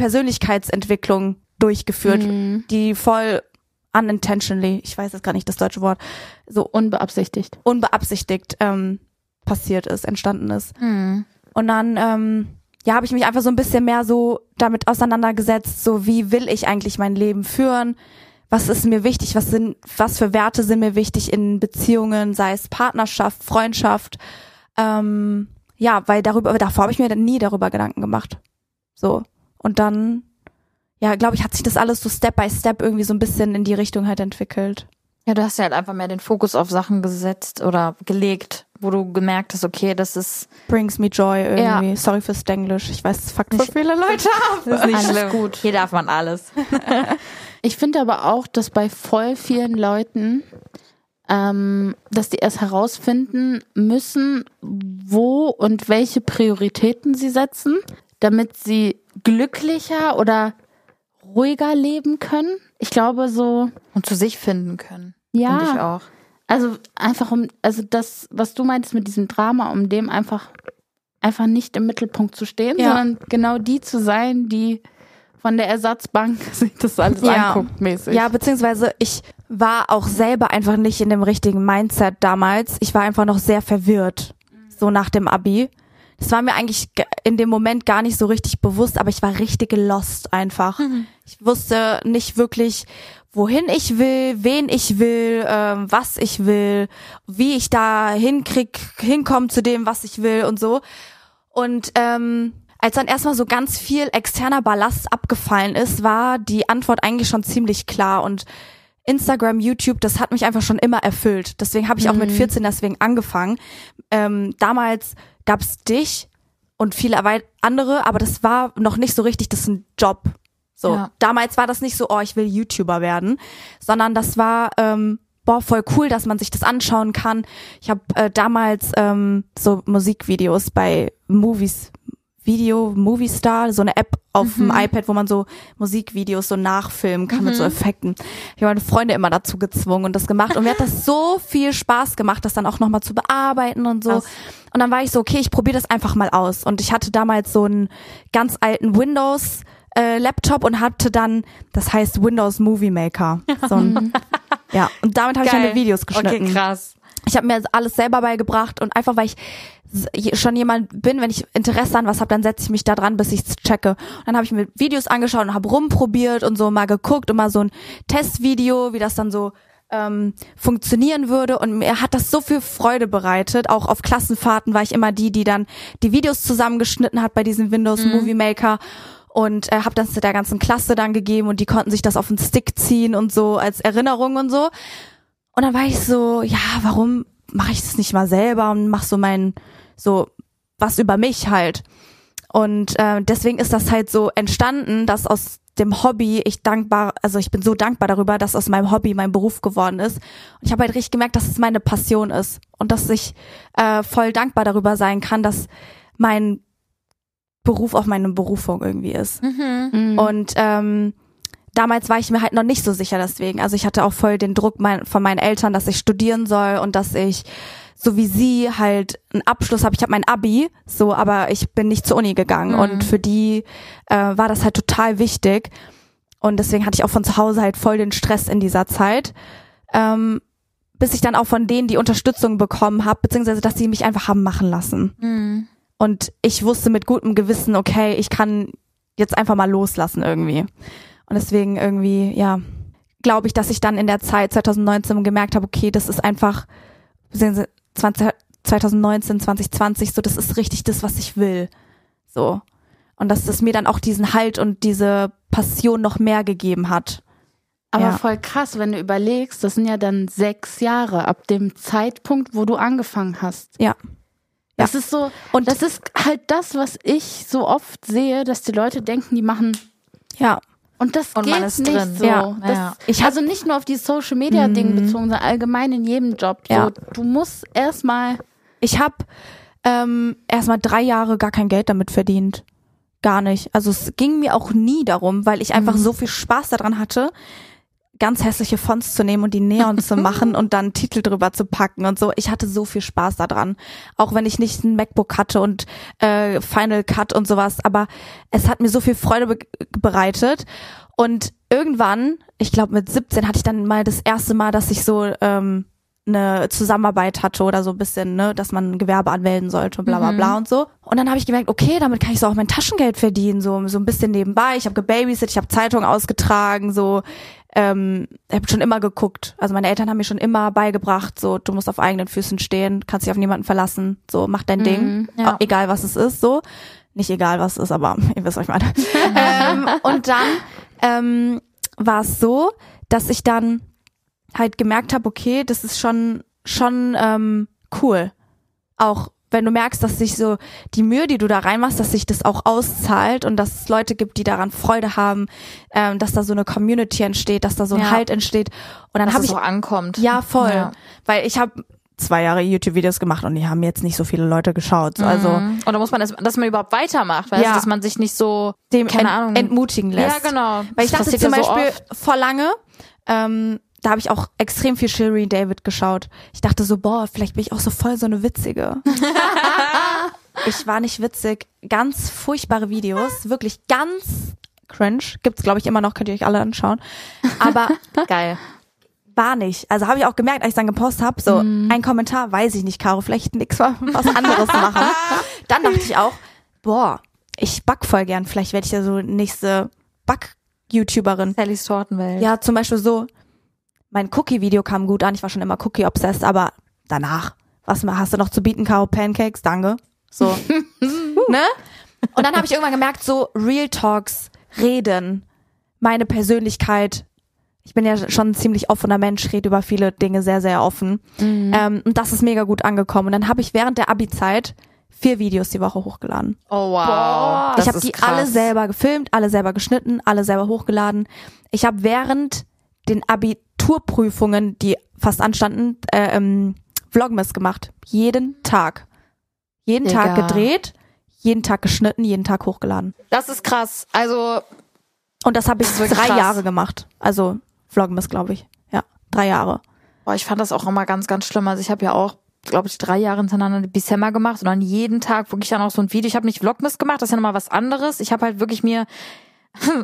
[SPEAKER 3] Persönlichkeitsentwicklung durchgeführt, die voll unintentionally, ich weiß jetzt gar nicht das deutsche Wort, so
[SPEAKER 4] Unbeabsichtigt.
[SPEAKER 3] unbeabsichtigt ähm, passiert ist, entstanden ist. Und dann, ähm, ja, habe ich mich einfach so ein bisschen mehr so damit auseinandergesetzt, so wie will ich eigentlich mein Leben führen? Was ist mir wichtig? Was sind, was für Werte sind mir wichtig in Beziehungen, sei es Partnerschaft, Freundschaft? Ähm, ja, weil darüber, aber davor habe ich mir dann nie darüber Gedanken gemacht. So. Und dann, ja, glaube ich, hat sich das alles so Step by Step irgendwie so ein bisschen in die Richtung halt entwickelt.
[SPEAKER 2] Ja, du hast ja halt einfach mehr den Fokus auf Sachen gesetzt oder gelegt, wo du gemerkt hast, okay, das ist,
[SPEAKER 3] Brings me joy irgendwie. Sorry fürs Denglisch. Ich weiß, es fuckt so viele Leute ab.
[SPEAKER 2] das ist nicht
[SPEAKER 4] Alles
[SPEAKER 2] schlimm. gut. Hier darf man alles.
[SPEAKER 4] Ich finde aber auch, dass bei voll vielen Leuten, ähm, dass die erst herausfinden müssen, wo und welche Prioritäten sie setzen, damit sie glücklicher oder ruhiger leben können. Ich glaube so,
[SPEAKER 2] Und zu sich finden können.
[SPEAKER 4] Ja.
[SPEAKER 2] Finde ich auch.
[SPEAKER 4] also einfach um, also das, was du meinst mit diesem Drama, um dem einfach, einfach nicht im Mittelpunkt zu stehen,
[SPEAKER 3] Ja.
[SPEAKER 4] sondern genau die zu sein, die von der Ersatzbank sich das alles
[SPEAKER 3] Ja.
[SPEAKER 4] anguckt, mäßig.
[SPEAKER 3] Ja, beziehungsweise ich war auch selber einfach nicht in dem richtigen Mindset damals. Ich war einfach noch sehr verwirrt, so nach dem Abi. Das war mir eigentlich ge- in dem Moment gar nicht so richtig bewusst, aber ich war richtig lost einfach. Ich wusste nicht wirklich, wohin ich will, wen ich will, ähm, was ich will, wie ich da hinkrieg, hinkomme zu dem, was ich will und so. Und ähm, als dann erstmal so ganz viel externer Ballast abgefallen ist, war die Antwort eigentlich schon ziemlich klar. Und Instagram, YouTube, das hat mich einfach schon immer erfüllt. Deswegen habe ich auch mit 14 deswegen angefangen. Ähm, damals gab's dich und viele wei- andere, aber das war noch nicht so richtig, das ist ein Job. So,
[SPEAKER 2] Ja.
[SPEAKER 3] damals war das nicht so, oh, ich will YouTuber werden, sondern das war, ähm, boah, voll cool, dass man sich das anschauen kann. Ich habe äh, damals ähm, so Musikvideos bei Movies, Video, Movie Star, so eine App auf
[SPEAKER 2] Mhm.
[SPEAKER 3] dem iPad, wo man so Musikvideos so nachfilmen kann mit so Effekten. Ich habe meine Freunde immer dazu gezwungen und das gemacht und mir hat das so viel Spaß gemacht, das dann auch nochmal zu bearbeiten und so. Und dann war ich so, okay, ich probiere das einfach mal aus. Und ich hatte damals so einen ganz alten Windows äh, Laptop und hatte dann, das heißt Windows Movie Maker. So ein, ja, und damit habe ich
[SPEAKER 2] Geil.
[SPEAKER 3] meine Videos geschnitten.
[SPEAKER 2] Okay, krass.
[SPEAKER 3] Ich habe mir alles selber beigebracht und einfach weil ich s- je- schon jemand bin, wenn ich Interesse an was habe, dann setze ich mich da dran, bis ich's checke. Und dann habe ich mir Videos angeschaut und habe rumprobiert und so mal geguckt und mal so ein Testvideo, wie das dann so ähm, funktionieren würde. Und mir hat das so viel Freude bereitet. Auch auf Klassenfahrten war ich immer die, die dann die Videos zusammengeschnitten hat bei diesem Windows Movie Maker und äh, habe das der ganzen Klasse dann gegeben und die konnten sich das auf den Stick ziehen und so als Erinnerung und so. Und dann war ich so, ja, warum mache ich das nicht mal selber und mach so mein, so was über mich halt. Und äh, deswegen ist das halt so entstanden, dass aus dem Hobby ich dankbar, also ich bin so dankbar darüber, dass aus meinem Hobby mein Beruf geworden ist. Und ich habe halt richtig gemerkt, dass es meine Passion ist und dass ich äh, voll dankbar darüber sein kann, dass mein Beruf auch meine Berufung irgendwie ist.
[SPEAKER 4] Mhm.
[SPEAKER 3] Und ähm, damals war ich mir halt noch nicht so sicher deswegen. Also ich hatte auch voll den Druck mein, von meinen Eltern, dass ich studieren soll und dass ich so wie sie halt einen Abschluss habe. Ich habe mein Abi, so, aber ich bin nicht zur Uni gegangen. Und für die äh, war das halt total wichtig. Und deswegen hatte ich auch von zu Hause halt voll den Stress in dieser Zeit. Ähm, bis ich dann auch von denen die Unterstützung bekommen habe, beziehungsweise dass sie mich einfach haben machen lassen. Mhm. Und ich wusste mit gutem Gewissen, okay, ich kann jetzt einfach mal loslassen irgendwie. Und deswegen irgendwie, ja, glaube ich, dass ich dann in der Zeit 2019 gemerkt habe, okay, das ist einfach, sehen Sie, 20, 2019, 2020, so, das ist richtig das, was ich will. So. Und dass es mir dann auch diesen Halt und diese Passion noch mehr gegeben hat.
[SPEAKER 4] Aber
[SPEAKER 3] Ja.
[SPEAKER 4] voll krass, wenn du überlegst, das sind ja dann sechs Jahre ab dem Zeitpunkt, wo du angefangen hast.
[SPEAKER 3] Ja.
[SPEAKER 4] Das ist so, und
[SPEAKER 3] Und-
[SPEAKER 4] das ist halt das, was ich so oft sehe, dass die Leute denken, die machen
[SPEAKER 3] Ja.
[SPEAKER 4] und das
[SPEAKER 2] Und
[SPEAKER 4] geht
[SPEAKER 2] man ist
[SPEAKER 4] nicht
[SPEAKER 2] drin.
[SPEAKER 4] so.
[SPEAKER 3] Ja,
[SPEAKER 4] das,
[SPEAKER 2] ja.
[SPEAKER 4] Ich Mhm. also nicht nur auf die Social Media Ding bezogen, sondern allgemein in jedem Job.
[SPEAKER 3] Ja.
[SPEAKER 4] So, du musst erstmal
[SPEAKER 3] Ich habe ähm, erstmal drei Jahre gar kein Geld damit verdient. Gar nicht. Also es ging mir auch nie darum, weil ich einfach so viel Spaß daran hatte, ganz hässliche Fonts zu nehmen und die Neon zu machen und dann einen Titel drüber zu packen und so. Ich hatte so viel Spaß daran. Auch wenn ich nicht ein MacBook hatte und äh, Final Cut und sowas. Aber es hat mir so viel Freude be bereitet. Und irgendwann, ich glaube mit 17, hatte ich dann mal das erste Mal, dass ich so ähm, eine Zusammenarbeit hatte oder so ein bisschen, ne, dass man ein Gewerbe anmelden sollte und bla bla bla und so. Und dann habe ich gemerkt, okay, damit kann ich so auch mein Taschengeld verdienen, so, so ein bisschen nebenbei. Ich habe gebabysit, ich habe Zeitung ausgetragen, so ähm, habe schon immer geguckt. Also meine Eltern haben mir schon immer beigebracht, so du musst auf eigenen Füßen stehen, kannst dich auf niemanden verlassen, so mach dein Ding,
[SPEAKER 2] ja.
[SPEAKER 3] äh, egal was es ist, so nicht egal was es ist, aber ihr wisst was ich meine. ähm, und dann ähm, war es so, dass ich dann halt gemerkt habe, okay, das ist schon schon ähm, cool. Auch wenn du merkst, dass sich so die Mühe, die du da reinmachst, dass sich das auch auszahlt und dass es Leute gibt, die daran Freude haben, ähm, dass da so eine Community entsteht, dass da so ein
[SPEAKER 2] Ja.
[SPEAKER 3] Halt entsteht. Und dann
[SPEAKER 2] Dass
[SPEAKER 3] habe
[SPEAKER 2] es
[SPEAKER 3] ich
[SPEAKER 2] auch ankommt.
[SPEAKER 3] ja, voll.
[SPEAKER 2] Ja.
[SPEAKER 3] Weil ich habe zwei Jahre YouTube-Videos gemacht und die haben jetzt nicht so viele Leute
[SPEAKER 2] Mhm.
[SPEAKER 3] geschaut. Also
[SPEAKER 2] Und da muss man, das, dass man überhaupt weitermacht, weißt
[SPEAKER 3] Ja.
[SPEAKER 2] du, dass man sich nicht so,
[SPEAKER 3] dem
[SPEAKER 2] keine
[SPEAKER 3] ent
[SPEAKER 2] Ahnung.
[SPEAKER 3] entmutigen lässt.
[SPEAKER 2] Ja, genau.
[SPEAKER 3] Weil ich
[SPEAKER 2] Das
[SPEAKER 3] dachte
[SPEAKER 2] passiert
[SPEAKER 3] zum
[SPEAKER 2] ja so
[SPEAKER 3] Beispiel
[SPEAKER 2] oft.
[SPEAKER 3] vor lange, ähm, da habe ich auch extrem viel Shirley David geschaut. Ich dachte so, boah, vielleicht bin ich auch so voll so eine Witzige. ich war nicht witzig. Ganz furchtbare Videos, wirklich ganz cringe. Gibt's glaube ich immer noch, könnt ihr euch alle anschauen. Aber
[SPEAKER 2] geil.
[SPEAKER 3] war nicht. Also habe ich auch gemerkt, als ich dann gepostet habe, so
[SPEAKER 2] Mhm.
[SPEAKER 3] ein Kommentar, weiß ich nicht, Caro, vielleicht nix mal was anderes machen. Dann dachte ich auch, boah, ich back voll gern, vielleicht werde ich ja so nächste Back-YouTuberin.
[SPEAKER 2] Sallys Tortenwelt.
[SPEAKER 3] Ja, zum Beispiel so, mein Cookie-Video kam gut an, ich war schon immer Cookie-obsessed, aber danach, was ma- hast du noch zu bieten, Caro? Pancakes, danke. So, ne? Und dann habe ich irgendwann gemerkt, so Real Talks, Reden, meine Persönlichkeit, ich bin ja schon ein ziemlich offener Mensch, rede über viele Dinge sehr, sehr offen. Ähm, und das ist mega gut angekommen. Und dann habe ich während der Abi-Zeit vier Videos die Woche hochgeladen.
[SPEAKER 2] Oh wow. Das
[SPEAKER 3] Ich habe
[SPEAKER 2] ist
[SPEAKER 3] die
[SPEAKER 2] krass.
[SPEAKER 3] alle selber gefilmt, alle selber geschnitten, alle selber hochgeladen. Ich habe während den Abiturprüfungen, die fast anstanden, äh, ähm, Vlogmas gemacht. Jeden Tag. Jeden
[SPEAKER 4] Digga.
[SPEAKER 3] Tag gedreht, jeden Tag geschnitten, jeden Tag hochgeladen.
[SPEAKER 2] Das ist krass. Also,
[SPEAKER 3] Und das habe ich
[SPEAKER 2] ist wirklich
[SPEAKER 3] drei
[SPEAKER 2] krass.
[SPEAKER 3] Jahre gemacht. Also Vlogmas, glaube ich. Ja, drei Jahre.
[SPEAKER 2] boah, ich fand das auch immer ganz, ganz schlimm. Also ich habe ja auch, glaube ich, drei Jahre hintereinander die Bissemmer gemacht und dann jeden Tag wirklich dann auch so ein Video. Ich habe nicht Vlogmas gemacht, das ist ja nochmal was anderes. Ich habe halt wirklich mir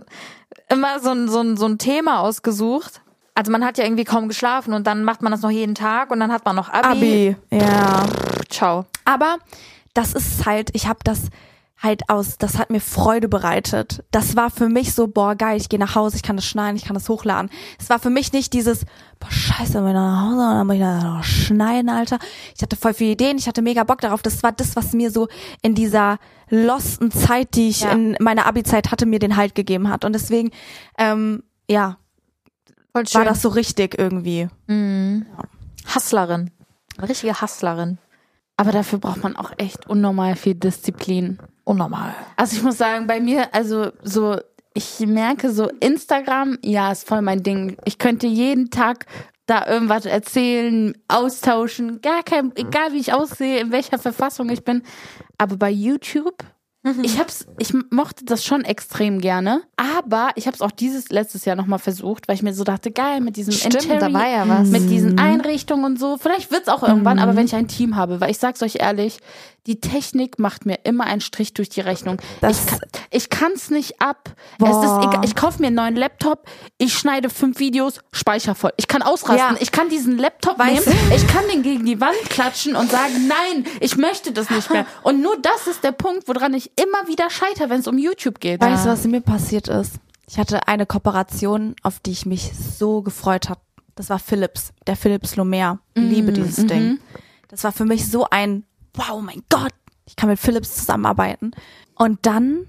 [SPEAKER 2] immer so ein, so, ein, so ein Thema ausgesucht. Also man hat ja irgendwie kaum geschlafen und dann macht man das noch jeden Tag und dann hat man noch Abi.
[SPEAKER 3] Ja.
[SPEAKER 2] Ciao.
[SPEAKER 3] Aber das ist halt, ich habe das halt aus, das hat mir Freude bereitet. Das war für mich so, boah, geil, ich gehe nach Hause, ich kann das schneiden, ich kann das hochladen. Es war für mich nicht dieses, boah, scheiße, dann muss ich nach Hause und dann muss ich das noch schneiden, Alter. Ich hatte voll viele Ideen, ich hatte mega Bock darauf. Das war das, was mir so in dieser losten Zeit, die ich
[SPEAKER 2] Ja.
[SPEAKER 3] in meiner Abi-Zeit hatte, mir den Halt gegeben hat. Und deswegen, ähm, ja,
[SPEAKER 2] Voll
[SPEAKER 3] war
[SPEAKER 2] schön.
[SPEAKER 3] das so richtig irgendwie.
[SPEAKER 2] Hustlerin. Eine richtige Hustlerin.
[SPEAKER 4] Aber dafür braucht man auch echt unnormal viel Disziplin.
[SPEAKER 2] Unnormal.
[SPEAKER 4] Also ich muss sagen, bei mir, also so, ich merke so, Instagram, ja, ist voll mein Ding. Ich könnte jeden Tag da irgendwas erzählen, austauschen, gar kein, egal wie ich aussehe, in welcher Verfassung ich bin. Aber bei YouTube,
[SPEAKER 2] Mhm.
[SPEAKER 4] ich hab's, ich mochte das schon extrem gerne. Aber ich hab's auch dieses letztes Jahr nochmal versucht, weil ich mir so dachte, geil, mit diesem
[SPEAKER 2] Stimmt,
[SPEAKER 4] Interior,
[SPEAKER 2] da war ja was.
[SPEAKER 3] Also
[SPEAKER 4] mit
[SPEAKER 3] mhm.
[SPEAKER 4] diesen Einrichtungen und so. Vielleicht wird's auch irgendwann, aber wenn ich ein Team habe, weil ich sag's euch ehrlich, die Technik macht mir immer einen Strich durch die Rechnung.
[SPEAKER 3] Das-
[SPEAKER 4] ich, kann, ich kann's nicht ab. Es ist egal. Ich kauf mir einen neuen Laptop, ich schneide fünf Videos, speicher voll. Ich kann ausrasten.
[SPEAKER 3] Ja.
[SPEAKER 4] Ich kann diesen Laptop
[SPEAKER 3] Weißt-
[SPEAKER 4] nehmen, ich kann den gegen die Wand klatschen und sagen, nein, ich möchte das nicht mehr. Und nur das ist der Punkt, woran ich immer wieder scheiter, wenn es um YouTube geht.
[SPEAKER 3] Weißt du, was mir passiert ist? Ich hatte eine Kooperation, auf die ich mich so gefreut habe. Das war Philips, der Philips Lumiere. Liebe dieses Ding. Das war für mich so ein, wow, mein Gott, ich kann mit Philips zusammenarbeiten. Und dann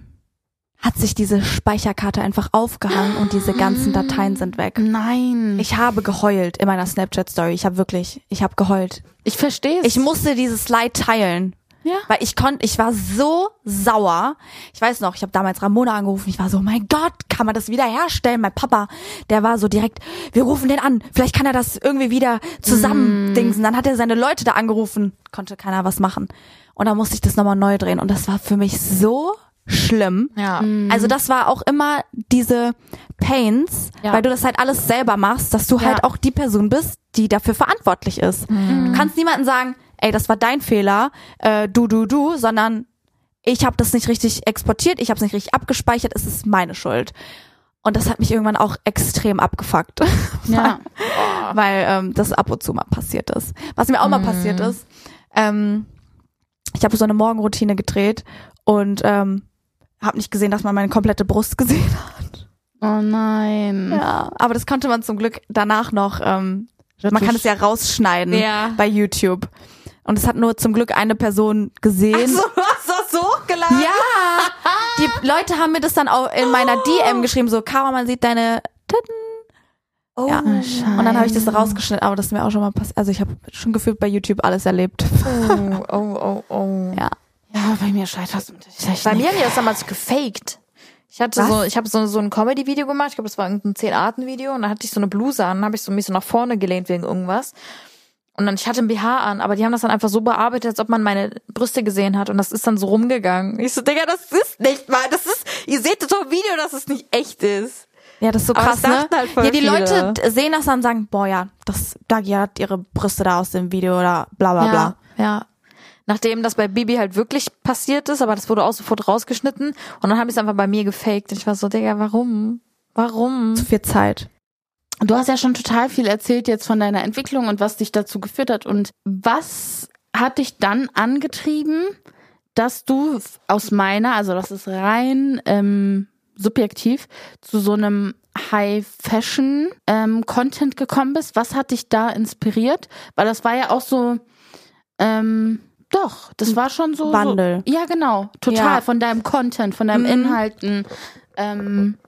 [SPEAKER 3] hat sich diese Speicherkarte einfach aufgehangen und diese ganzen Dateien sind weg.
[SPEAKER 4] Mhm. Nein. Ich,
[SPEAKER 3] Ich habe geheult in meiner Snapchat-Story. Ich habe wirklich, ich habe geheult.
[SPEAKER 4] ich verstehe es.
[SPEAKER 3] Ich musste dieses Leid teilen.
[SPEAKER 4] Ja.
[SPEAKER 3] Weil ich konnte, ich war so sauer. Ich weiß noch, ich habe damals Ramona angerufen. Ich war so, mein Gott, kann man das wieder herstellen? Mein Papa, der war so direkt, wir rufen den an. Vielleicht kann er das irgendwie wieder zusammendingsen. Dann hat er seine Leute da angerufen. Konnte keiner was machen. Und dann musste ich das nochmal neu drehen. Und das war für mich so schlimm.
[SPEAKER 2] Ja.
[SPEAKER 3] Also das war auch immer diese Pains,
[SPEAKER 4] Ja.
[SPEAKER 3] weil du das halt alles selber machst, dass du halt auch die Person bist, die dafür verantwortlich ist. Du kannst niemandem sagen, ey, das war dein Fehler, äh, du, du, du, sondern ich habe das nicht richtig exportiert, ich habe es nicht richtig abgespeichert, es ist meine Schuld. Und das hat mich irgendwann auch extrem abgefuckt,
[SPEAKER 4] ja.
[SPEAKER 3] weil ähm, das ab und zu mal passiert ist. Was mir auch mal passiert ist, ähm, ich habe so eine Morgenroutine gedreht und ähm, habe nicht gesehen, dass man meine komplette Brust gesehen hat.
[SPEAKER 4] Oh nein.
[SPEAKER 3] Ja, aber das konnte man zum Glück danach noch, ähm, man kann es ja rausschneiden
[SPEAKER 2] Ja.
[SPEAKER 3] bei YouTube. Und es hat nur zum Glück eine Person gesehen.
[SPEAKER 2] du hast das so hochgeladen?
[SPEAKER 3] Ja! Die Leute haben mir das dann auch in meiner DM geschrieben, so, Caro, man sieht deine Titten. Oh, ja. Und dann habe ich das rausgeschnitten, aber das ist mir auch schon mal passiert. Also ich habe schon gefühlt bei YouTube alles erlebt.
[SPEAKER 2] Oh, oh, oh, oh.
[SPEAKER 4] Ja, bei mir um scheiterst du mit der Technik.
[SPEAKER 2] Bei mir haben die das damals gefaked. Ich hatte
[SPEAKER 3] Was?
[SPEAKER 2] so, ich habe so, so ein Comedy-Video gemacht, ich glaube, das war irgendein Zehn-Arten-Video und da hatte ich so eine Bluse an, habe ich so mich so nach vorne gelehnt wegen irgendwas. Und dann, ich hatte ein BH an, aber die haben das dann einfach so bearbeitet, als ob man meine Brüste gesehen hat. Und das ist dann so rumgegangen. Ich so, Digga, das ist nicht mal. Das ist, ihr seht doch im Video, dass es nicht echt ist.
[SPEAKER 3] Ja, das ist so
[SPEAKER 2] Aber
[SPEAKER 3] krass,
[SPEAKER 2] das
[SPEAKER 3] ne?
[SPEAKER 2] dachten halt voll
[SPEAKER 3] ja, die
[SPEAKER 2] viele.
[SPEAKER 3] Leute d- sehen das dann und sagen, boah, ja, das, Dagi hat ihre Brüste da aus dem Video oder bla bla bla.
[SPEAKER 2] Ja, ja. Nachdem das bei Bibi halt wirklich passiert ist, aber das wurde auch sofort rausgeschnitten. Und dann haben die es einfach bei mir gefaked. Und ich war so, Digga, warum? Warum?
[SPEAKER 3] Zu viel Zeit.
[SPEAKER 4] Du hast ja schon total viel erzählt jetzt von deiner Entwicklung und was dich dazu geführt hat. Und was hat dich dann angetrieben, dass du f- aus meiner, also das ist rein ähm, subjektiv, zu so einem High-Fashion-Content gekommen bist? Was hat dich da inspiriert? Weil das war ja auch so, ähm, doch, das war schon so.
[SPEAKER 3] Wandel.
[SPEAKER 4] So, ja, genau, total.
[SPEAKER 3] Ja.
[SPEAKER 4] Von deinem Content, von deinen
[SPEAKER 3] Mhm.
[SPEAKER 4] Inhalten. Ähm,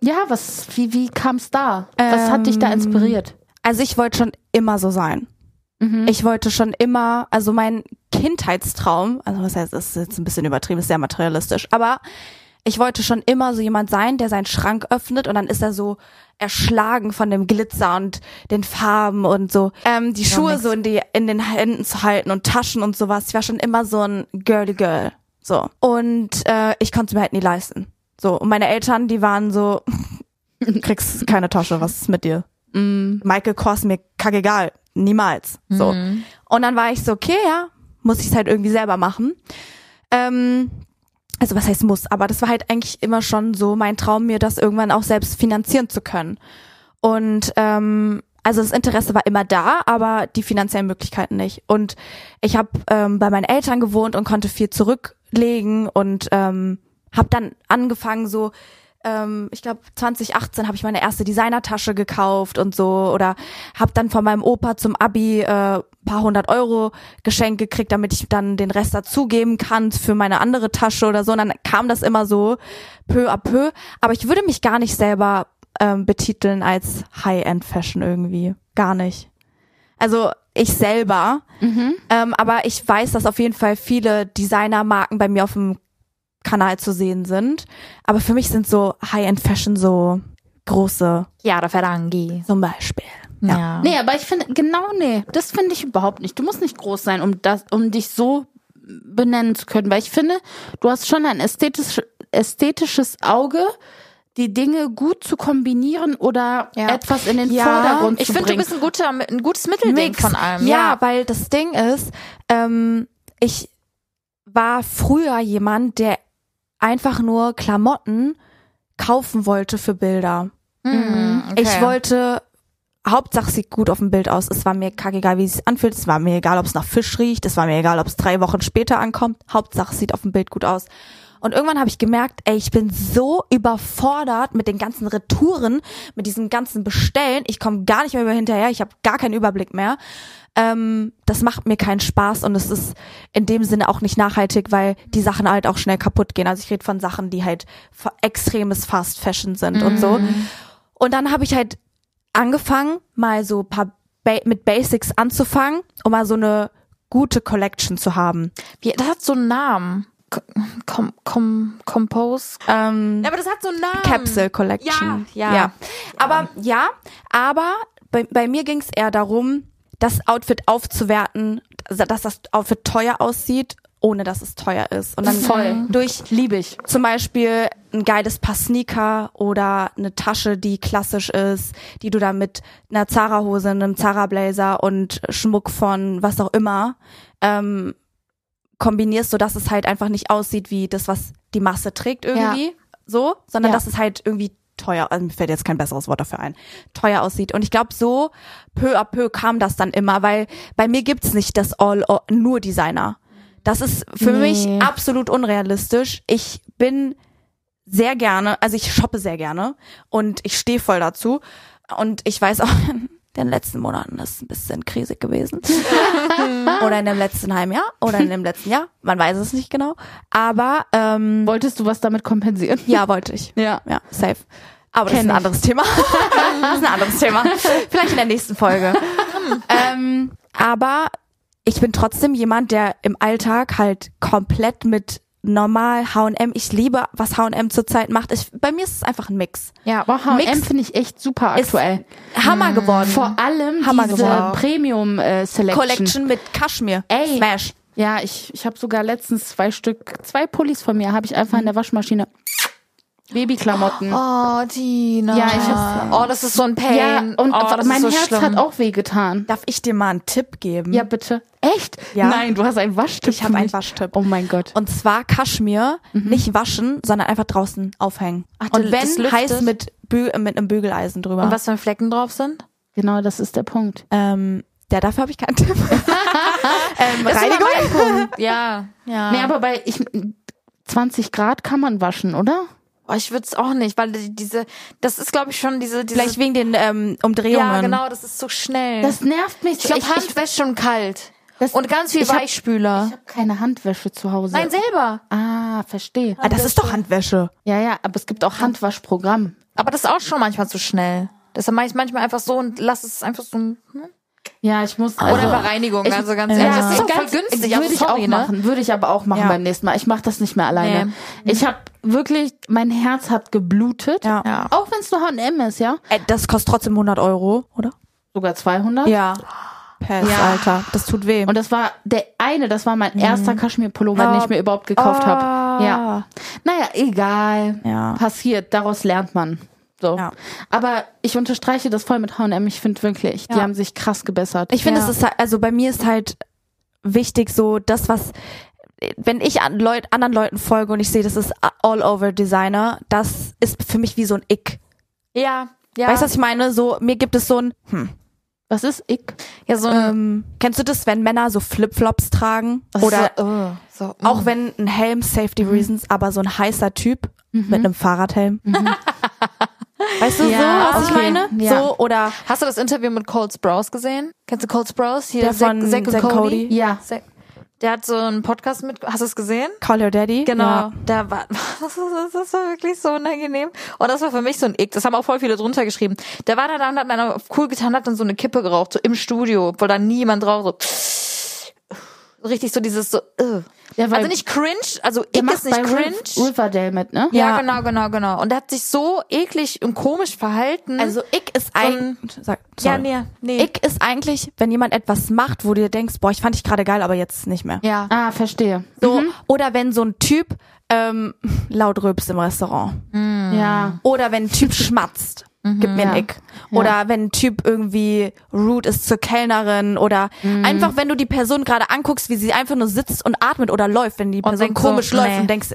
[SPEAKER 4] ja, was, wie, wie kam es da? Was hat dich da
[SPEAKER 3] Ähm,
[SPEAKER 4] inspiriert?
[SPEAKER 3] Also ich wollte schon immer so sein.
[SPEAKER 4] Mhm.
[SPEAKER 3] Ich wollte schon immer, also mein Kindheitstraum, also was heißt, das ist jetzt ein bisschen übertrieben, ist sehr materialistisch, aber ich wollte schon immer so jemand sein, der seinen Schrank öffnet und dann ist er so erschlagen von dem Glitzer und den Farben und so. Ähm, die Schuhe so in, die, in den Händen zu halten und Taschen und sowas. Ich war schon immer so ein Girly Girl. So. Und äh, ich konnte es mir halt nie leisten. So. Und meine Eltern, die waren so, kriegst keine Tasche, was ist mit dir? Michael Kors, mir kackegal. Niemals. So. Und dann war ich so, okay, ja, muss ich es halt irgendwie selber machen. Ähm, also was heißt muss, aber das war halt eigentlich immer schon so mein Traum, mir das irgendwann auch selbst finanzieren zu können. Und ähm, also das Interesse war immer da, aber die finanziellen Möglichkeiten nicht. Und ich habe ähm, bei meinen Eltern gewohnt und konnte viel zurücklegen und ähm, habe dann angefangen so, ähm, ich glaube 2018 habe ich meine erste Designertasche gekauft und so oder habe dann von meinem Opa zum Abi äh, paar hundert Euro geschenkt gekriegt, damit ich dann den Rest dazugeben kann für meine andere Tasche oder so. Und dann kam das immer so peu à peu. Aber ich würde mich gar nicht selber ähm, betiteln als High-End-Fashion irgendwie. Gar nicht. Also ich selber. Ähm, aber ich weiß, dass auf jeden Fall viele Designermarken bei mir auf dem Kanal zu sehen sind. Aber für mich sind so High-End-Fashion so große
[SPEAKER 2] Chiara Ferrangi.
[SPEAKER 3] zum Beispiel.
[SPEAKER 2] Ja.
[SPEAKER 4] Nee, aber ich finde, genau, nee, das finde ich überhaupt nicht. Du musst nicht groß sein, um das, um dich so benennen zu können, weil ich finde, du hast schon ein ästhetisch, ästhetisches Auge, die Dinge gut zu kombinieren oder
[SPEAKER 2] Ja.
[SPEAKER 4] etwas in den
[SPEAKER 3] Ja,
[SPEAKER 4] Vordergrund
[SPEAKER 2] Ich
[SPEAKER 4] zu
[SPEAKER 2] finde, du
[SPEAKER 4] bringen.
[SPEAKER 2] bist ein, guter, ein gutes Mittelding
[SPEAKER 3] Mix.
[SPEAKER 2] von allem.
[SPEAKER 3] Ja, weil das Ding ist, ähm, ich war früher jemand, der einfach nur Klamotten kaufen wollte für Bilder.
[SPEAKER 2] Mhm, okay.
[SPEAKER 3] Ich wollte, Hauptsache sieht gut auf dem Bild aus. Es war mir kackegal, wie es sich anfühlt. Es war mir egal, ob es nach Fisch riecht. Es war mir egal, ob es drei Wochen später ankommt. Hauptsache sieht auf dem Bild gut aus. Und irgendwann habe ich gemerkt, ey, ich bin so überfordert mit den ganzen Retouren, mit diesen ganzen Bestellen. Ich komme gar nicht mehr über hinterher. Ich habe gar keinen Überblick mehr. Ähm, das macht mir keinen Spaß und es ist in dem Sinne auch nicht nachhaltig, weil die Sachen halt auch schnell kaputt gehen. Also ich rede von Sachen, die halt fa- extremes Fast Fashion sind und so. Und dann habe ich halt angefangen, mal so ein paar ba mit Basics anzufangen, um mal so eine gute Collection zu haben.
[SPEAKER 2] Wie, das hat so einen Namen. Com, com, compose.
[SPEAKER 3] Ähm,
[SPEAKER 2] Ja, aber das hat so einen Namen.
[SPEAKER 3] Capsule Collection.
[SPEAKER 2] Ja, ja.
[SPEAKER 3] Aber ja, aber bei, bei mir ging es eher darum, das Outfit aufzuwerten, dass das Outfit teuer aussieht, ohne dass es teuer ist. Und dann Mhm.
[SPEAKER 4] Voll.
[SPEAKER 3] durch
[SPEAKER 4] Liebe ich.
[SPEAKER 3] zum Beispiel ein geiles Paar Sneaker oder eine Tasche, die klassisch ist, die du dann mit einer Zara-Hose, einem Zara-Blazer und Schmuck von was auch immer ähm, kombinierst, sodass es halt einfach nicht aussieht wie das, was die Masse trägt irgendwie, so, sondern
[SPEAKER 4] Ja.
[SPEAKER 3] dass es halt irgendwie teuer, also mir fällt jetzt kein besseres Wort dafür ein, teuer aussieht. Und ich glaube, so peu à peu kam das dann immer, weil bei mir gibt's nicht das All, all nur Designer. Das ist für mich absolut unrealistisch. Ich bin sehr gerne, also ich shoppe sehr gerne und ich stehe voll dazu. Und ich weiß auch, in den letzten Monaten ist es ein bisschen krisig gewesen. oder in dem letzten halben Jahr oder in dem letzten Jahr. Man weiß es nicht genau. Aber ähm,
[SPEAKER 4] Wolltest du was damit kompensieren?
[SPEAKER 3] ja, wollte ich.
[SPEAKER 4] Ja.
[SPEAKER 3] Ja, safe. Aber das ist
[SPEAKER 4] Kenn
[SPEAKER 3] ein
[SPEAKER 4] ich.
[SPEAKER 3] anderes Thema. das ist ein anderes Thema. Vielleicht in der nächsten Folge. ähm, aber ich bin trotzdem jemand, der im Alltag halt komplett mit normal H&M. Ich liebe, was H&M zurzeit macht. Ich, bei mir ist es einfach ein Mix.
[SPEAKER 2] Ja,
[SPEAKER 4] Boah, H&M
[SPEAKER 3] Mix
[SPEAKER 4] finde ich echt super
[SPEAKER 3] Ist
[SPEAKER 4] aktuell.
[SPEAKER 3] Hammer geworden.
[SPEAKER 4] Mm. Vor allem
[SPEAKER 3] Hammer
[SPEAKER 4] diese
[SPEAKER 3] geworden.
[SPEAKER 4] Premium äh, Selection.
[SPEAKER 3] Collection mit Kaschmir.
[SPEAKER 4] Ey.
[SPEAKER 3] Smash.
[SPEAKER 4] Ja, ich, ich habe sogar letztens zwei Stück, zwei Pullis von mir habe ich einfach in der Waschmaschine. Babyklamotten.
[SPEAKER 2] Hm. Oh, Tina.
[SPEAKER 4] Ja, ich hab's-
[SPEAKER 2] Oh, das ist so ein Pain.
[SPEAKER 4] ja, und
[SPEAKER 2] oh, das
[SPEAKER 4] mein
[SPEAKER 2] ist so
[SPEAKER 4] Herz
[SPEAKER 2] schlimm. Hm.
[SPEAKER 4] hat auch wehgetan.
[SPEAKER 3] Darf ich dir mal einen Tipp geben?
[SPEAKER 4] Ja, bitte. Echt?
[SPEAKER 3] Ja.
[SPEAKER 4] Nein, du hast einen Waschtipp.
[SPEAKER 3] Ich habe
[SPEAKER 4] für
[SPEAKER 3] einen
[SPEAKER 4] mich.
[SPEAKER 3] Waschtipp.
[SPEAKER 4] Oh mein Gott.
[SPEAKER 3] Und zwar Kaschmir
[SPEAKER 4] Mhm.
[SPEAKER 3] nicht waschen, sondern einfach draußen aufhängen.
[SPEAKER 4] Ah,
[SPEAKER 2] Ach,
[SPEAKER 3] und
[SPEAKER 2] das
[SPEAKER 3] wenn,
[SPEAKER 2] lüftet?
[SPEAKER 3] heiß mit, Bü äh, mit einem Bügeleisen drüber.
[SPEAKER 2] Und was für Flecken drauf sind?
[SPEAKER 4] Genau, das ist der Punkt.
[SPEAKER 3] Ähm, ja, dafür habe ich keinen Tipp. ähm, Reinigung?
[SPEAKER 2] Ja, ja.
[SPEAKER 4] Nee, aber bei ich, 20 Grad kann man waschen, oder?
[SPEAKER 2] oh, ich würde es auch nicht, weil die- diese, das ist glaube ich schon diese, diese
[SPEAKER 3] Vielleicht wegen den ähm, Umdrehungen.
[SPEAKER 2] ja genau, das ist so schnell.
[SPEAKER 4] Das nervt mich.
[SPEAKER 2] ich glaube
[SPEAKER 4] ich, ich,
[SPEAKER 2] Handwäsche und kalt
[SPEAKER 4] das,
[SPEAKER 2] und ganz viel
[SPEAKER 4] ich hab-
[SPEAKER 2] Weichspüler.
[SPEAKER 4] Ich habe keine Handwäsche zu Hause.
[SPEAKER 2] Nein, selber.
[SPEAKER 4] ah, verstehe.
[SPEAKER 3] Ah, das ist doch Handwäsche.
[SPEAKER 4] Ja, ja, aber es gibt auch Handwaschprogramm.
[SPEAKER 2] Aber das ist auch schon manchmal zu schnell. Deshalb mache ich manchmal einfach so und lass es einfach so. Hm?
[SPEAKER 4] Ja, ich muss.
[SPEAKER 2] Oder bei Reinigung,
[SPEAKER 4] Ich-
[SPEAKER 2] also ganz
[SPEAKER 4] Ja,
[SPEAKER 2] ehrlich. Das ist doch voll
[SPEAKER 4] ganz-
[SPEAKER 2] günstig,
[SPEAKER 4] Würde
[SPEAKER 2] also
[SPEAKER 4] ich auch
[SPEAKER 2] sorry, ne?
[SPEAKER 4] machen, würde ich aber auch machen
[SPEAKER 3] Ja.
[SPEAKER 4] beim nächsten Mal. Ich mache das nicht mehr alleine.
[SPEAKER 2] Nee. Mhm.
[SPEAKER 4] Ich habe wirklich, mein Herz hat geblutet.
[SPEAKER 3] Ja.
[SPEAKER 2] Ja.
[SPEAKER 4] Auch wenn es nur H&M ist, ja?
[SPEAKER 3] Äh, das kostet trotzdem 100 Euro, oder?
[SPEAKER 4] Sogar 200.
[SPEAKER 3] Ja. Pass, Alter. Das tut weh.
[SPEAKER 4] Und das war der eine, das war mein
[SPEAKER 2] Mhm.
[SPEAKER 4] erster Kaschmir-Pullover, den ich mir überhaupt gekauft
[SPEAKER 2] Oh.
[SPEAKER 4] habe. Ja. Naja, egal.
[SPEAKER 3] Oh. Ja.
[SPEAKER 4] Passiert, daraus lernt man. So.
[SPEAKER 3] Ja.
[SPEAKER 4] Aber ich unterstreiche das voll mit H&M. Ich finde wirklich, die
[SPEAKER 3] Ja.
[SPEAKER 4] haben sich krass gebessert.
[SPEAKER 3] Ich finde, es ist halt, also bei mir ist halt wichtig so das, was wenn ich an Leut, anderen Leuten folge und ich sehe, das ist all over Designer, das ist für mich wie so ein Ick.
[SPEAKER 2] Ja, ja.
[SPEAKER 3] Weißt du, was ich meine? So, mir gibt es so ein, hm,
[SPEAKER 4] Was ist ich?
[SPEAKER 2] ja, so ein,
[SPEAKER 3] ähm, kennst du das, wenn Männer so Flipflops tragen?
[SPEAKER 2] das ist
[SPEAKER 3] Oder
[SPEAKER 2] so, oh, so, mm.
[SPEAKER 3] auch wenn ein Helm, Safety Reasons, aber so ein heißer Typ mit einem Fahrradhelm. Weißt du
[SPEAKER 4] Ja,
[SPEAKER 3] so,
[SPEAKER 4] okay.
[SPEAKER 3] was ich meine?
[SPEAKER 4] Ja.
[SPEAKER 3] So, oder
[SPEAKER 2] Hast du das Interview mit Cole Sprouse gesehen? Kennst du Cole Sprouse? Hier
[SPEAKER 3] Der von
[SPEAKER 2] Zack,
[SPEAKER 3] Zack
[SPEAKER 2] Zack und Cody.
[SPEAKER 3] Cody.
[SPEAKER 4] Ja.
[SPEAKER 2] Zack. Der hat so einen Podcast mit. Hast du es gesehen?
[SPEAKER 3] Call Your Daddy.
[SPEAKER 2] Genau.
[SPEAKER 3] Ja.
[SPEAKER 2] Da war, das, ist, das war wirklich so unangenehm. Und das war für mich so ein Ick. Das haben auch voll viele drunter geschrieben. Der war da und hat einer auf cool getan, hat dann so eine Kippe geraucht, so im Studio, obwohl da niemand raucht, so. Richtig so dieses so, äh.
[SPEAKER 4] Der war-
[SPEAKER 2] Also nicht cringe, also
[SPEAKER 4] Der
[SPEAKER 2] Ick
[SPEAKER 4] macht
[SPEAKER 2] ist nicht
[SPEAKER 4] bei
[SPEAKER 2] cringe.
[SPEAKER 4] Riv- Riverdale mit, ne?
[SPEAKER 2] ja,
[SPEAKER 3] Ja.
[SPEAKER 2] genau, genau, genau. Und der hat sich so eklig und komisch verhalten.
[SPEAKER 3] Also ich ist ein, sag,
[SPEAKER 2] ja,
[SPEAKER 3] sorry.
[SPEAKER 2] nee, nee.
[SPEAKER 3] Ich ist eigentlich, wenn jemand etwas macht, wo du dir denkst, boah, ich fand dich gerade geil, aber jetzt nicht mehr.
[SPEAKER 2] Ja.
[SPEAKER 4] Ah, verstehe.
[SPEAKER 3] So, oder wenn so ein Typ ähm, laut rülpst im Restaurant.
[SPEAKER 4] Ja.
[SPEAKER 3] Oder wenn ein Typ schmatzt. Gib
[SPEAKER 2] Mhm.
[SPEAKER 3] mir
[SPEAKER 4] Ja.
[SPEAKER 3] ein Ick. Oder wenn ein Typ irgendwie rude ist zur Kellnerin oder
[SPEAKER 2] Mhm.
[SPEAKER 3] einfach, wenn du die Person gerade anguckst, wie sie einfach nur sitzt und atmet oder läuft, wenn die Person
[SPEAKER 2] denkt so,
[SPEAKER 3] komisch läuft
[SPEAKER 2] nee.
[SPEAKER 3] und denkst,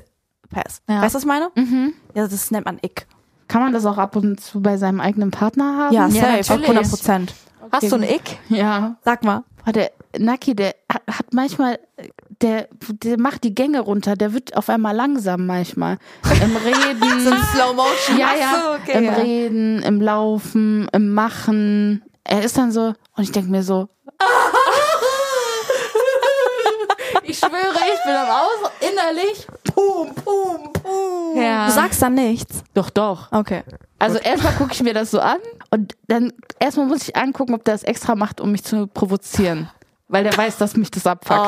[SPEAKER 3] pass.
[SPEAKER 2] Ja. Mhm.
[SPEAKER 3] Weißt du, was ich meine? Ja, das nennt man Ick.
[SPEAKER 4] Kann man das auch ab und zu bei seinem eigenen Partner haben?
[SPEAKER 3] Ja, safe, auf
[SPEAKER 2] natürlich.
[SPEAKER 3] 100 Prozent.
[SPEAKER 2] Hast du einen Ick?
[SPEAKER 4] Ja.
[SPEAKER 3] Sag mal.
[SPEAKER 4] Boah, der Naki, der hat hat manchmal, der, der macht die Gänge runter, der wird auf einmal langsam manchmal. Im Reden.
[SPEAKER 3] Slow Motion.
[SPEAKER 4] ja,
[SPEAKER 2] Ach so,
[SPEAKER 4] ja.
[SPEAKER 2] okay,
[SPEAKER 4] Im
[SPEAKER 2] ja.
[SPEAKER 4] Reden, im Laufen, im Machen. Er ist dann so, und ich denke mir so, ich schwöre, ich bin am Aus, innerlich.
[SPEAKER 2] Ja.
[SPEAKER 3] Du sagst dann nichts.
[SPEAKER 4] Doch, doch.
[SPEAKER 3] Okay.
[SPEAKER 4] Also erstmal gucke ich mir das so an und dann erstmal muss ich angucken, ob der das extra macht, um mich zu provozieren. Weil der weiß, dass mich das abfuckt.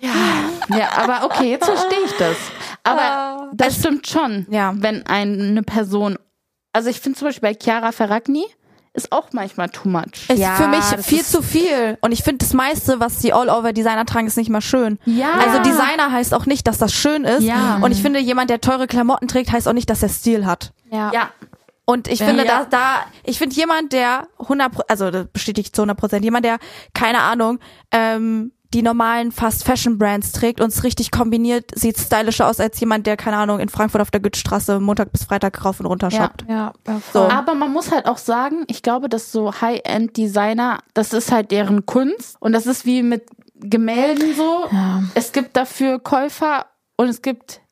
[SPEAKER 4] Ja. ja, aber okay, jetzt verstehe ich das. Aber das stimmt schon,
[SPEAKER 3] Ja.
[SPEAKER 4] wenn eine Person. Also ich finde zum Beispiel bei Chiara Ferragni ist auch manchmal too much.
[SPEAKER 3] Ist
[SPEAKER 2] Ja,
[SPEAKER 3] für mich
[SPEAKER 2] das
[SPEAKER 3] viel
[SPEAKER 2] ist-
[SPEAKER 3] zu viel. Und ich finde, das meiste, was die All-Over-Designer tragen, ist nicht mal schön.
[SPEAKER 4] Ja.
[SPEAKER 3] Also Designer heißt auch nicht, dass das schön ist.
[SPEAKER 4] Ja.
[SPEAKER 3] Und ich finde, jemand, der teure Klamotten trägt, heißt auch nicht, dass er Stil hat.
[SPEAKER 2] Ja.
[SPEAKER 4] ja.
[SPEAKER 3] Und ich finde,
[SPEAKER 4] Äh, Ja.
[SPEAKER 3] da, da, ich finde jemand, der 100, Pro- also das bestätigt zu 100 Prozent, jemand, der, keine Ahnung, ähm, die normalen Fast-Fashion-Brands trägt und es richtig kombiniert, sieht stylischer aus als jemand, der, keine Ahnung, in Frankfurt auf der Goethestraße Montag bis Freitag rauf und runter
[SPEAKER 4] Ja.
[SPEAKER 3] shoppt.
[SPEAKER 2] Ja. ja
[SPEAKER 3] So.
[SPEAKER 2] voll.
[SPEAKER 4] Aber man muss halt auch sagen, ich glaube, dass so High-End-Designer, das ist halt deren Kunst und das ist wie mit Gemälden so. Es gibt dafür Käufer und es gibt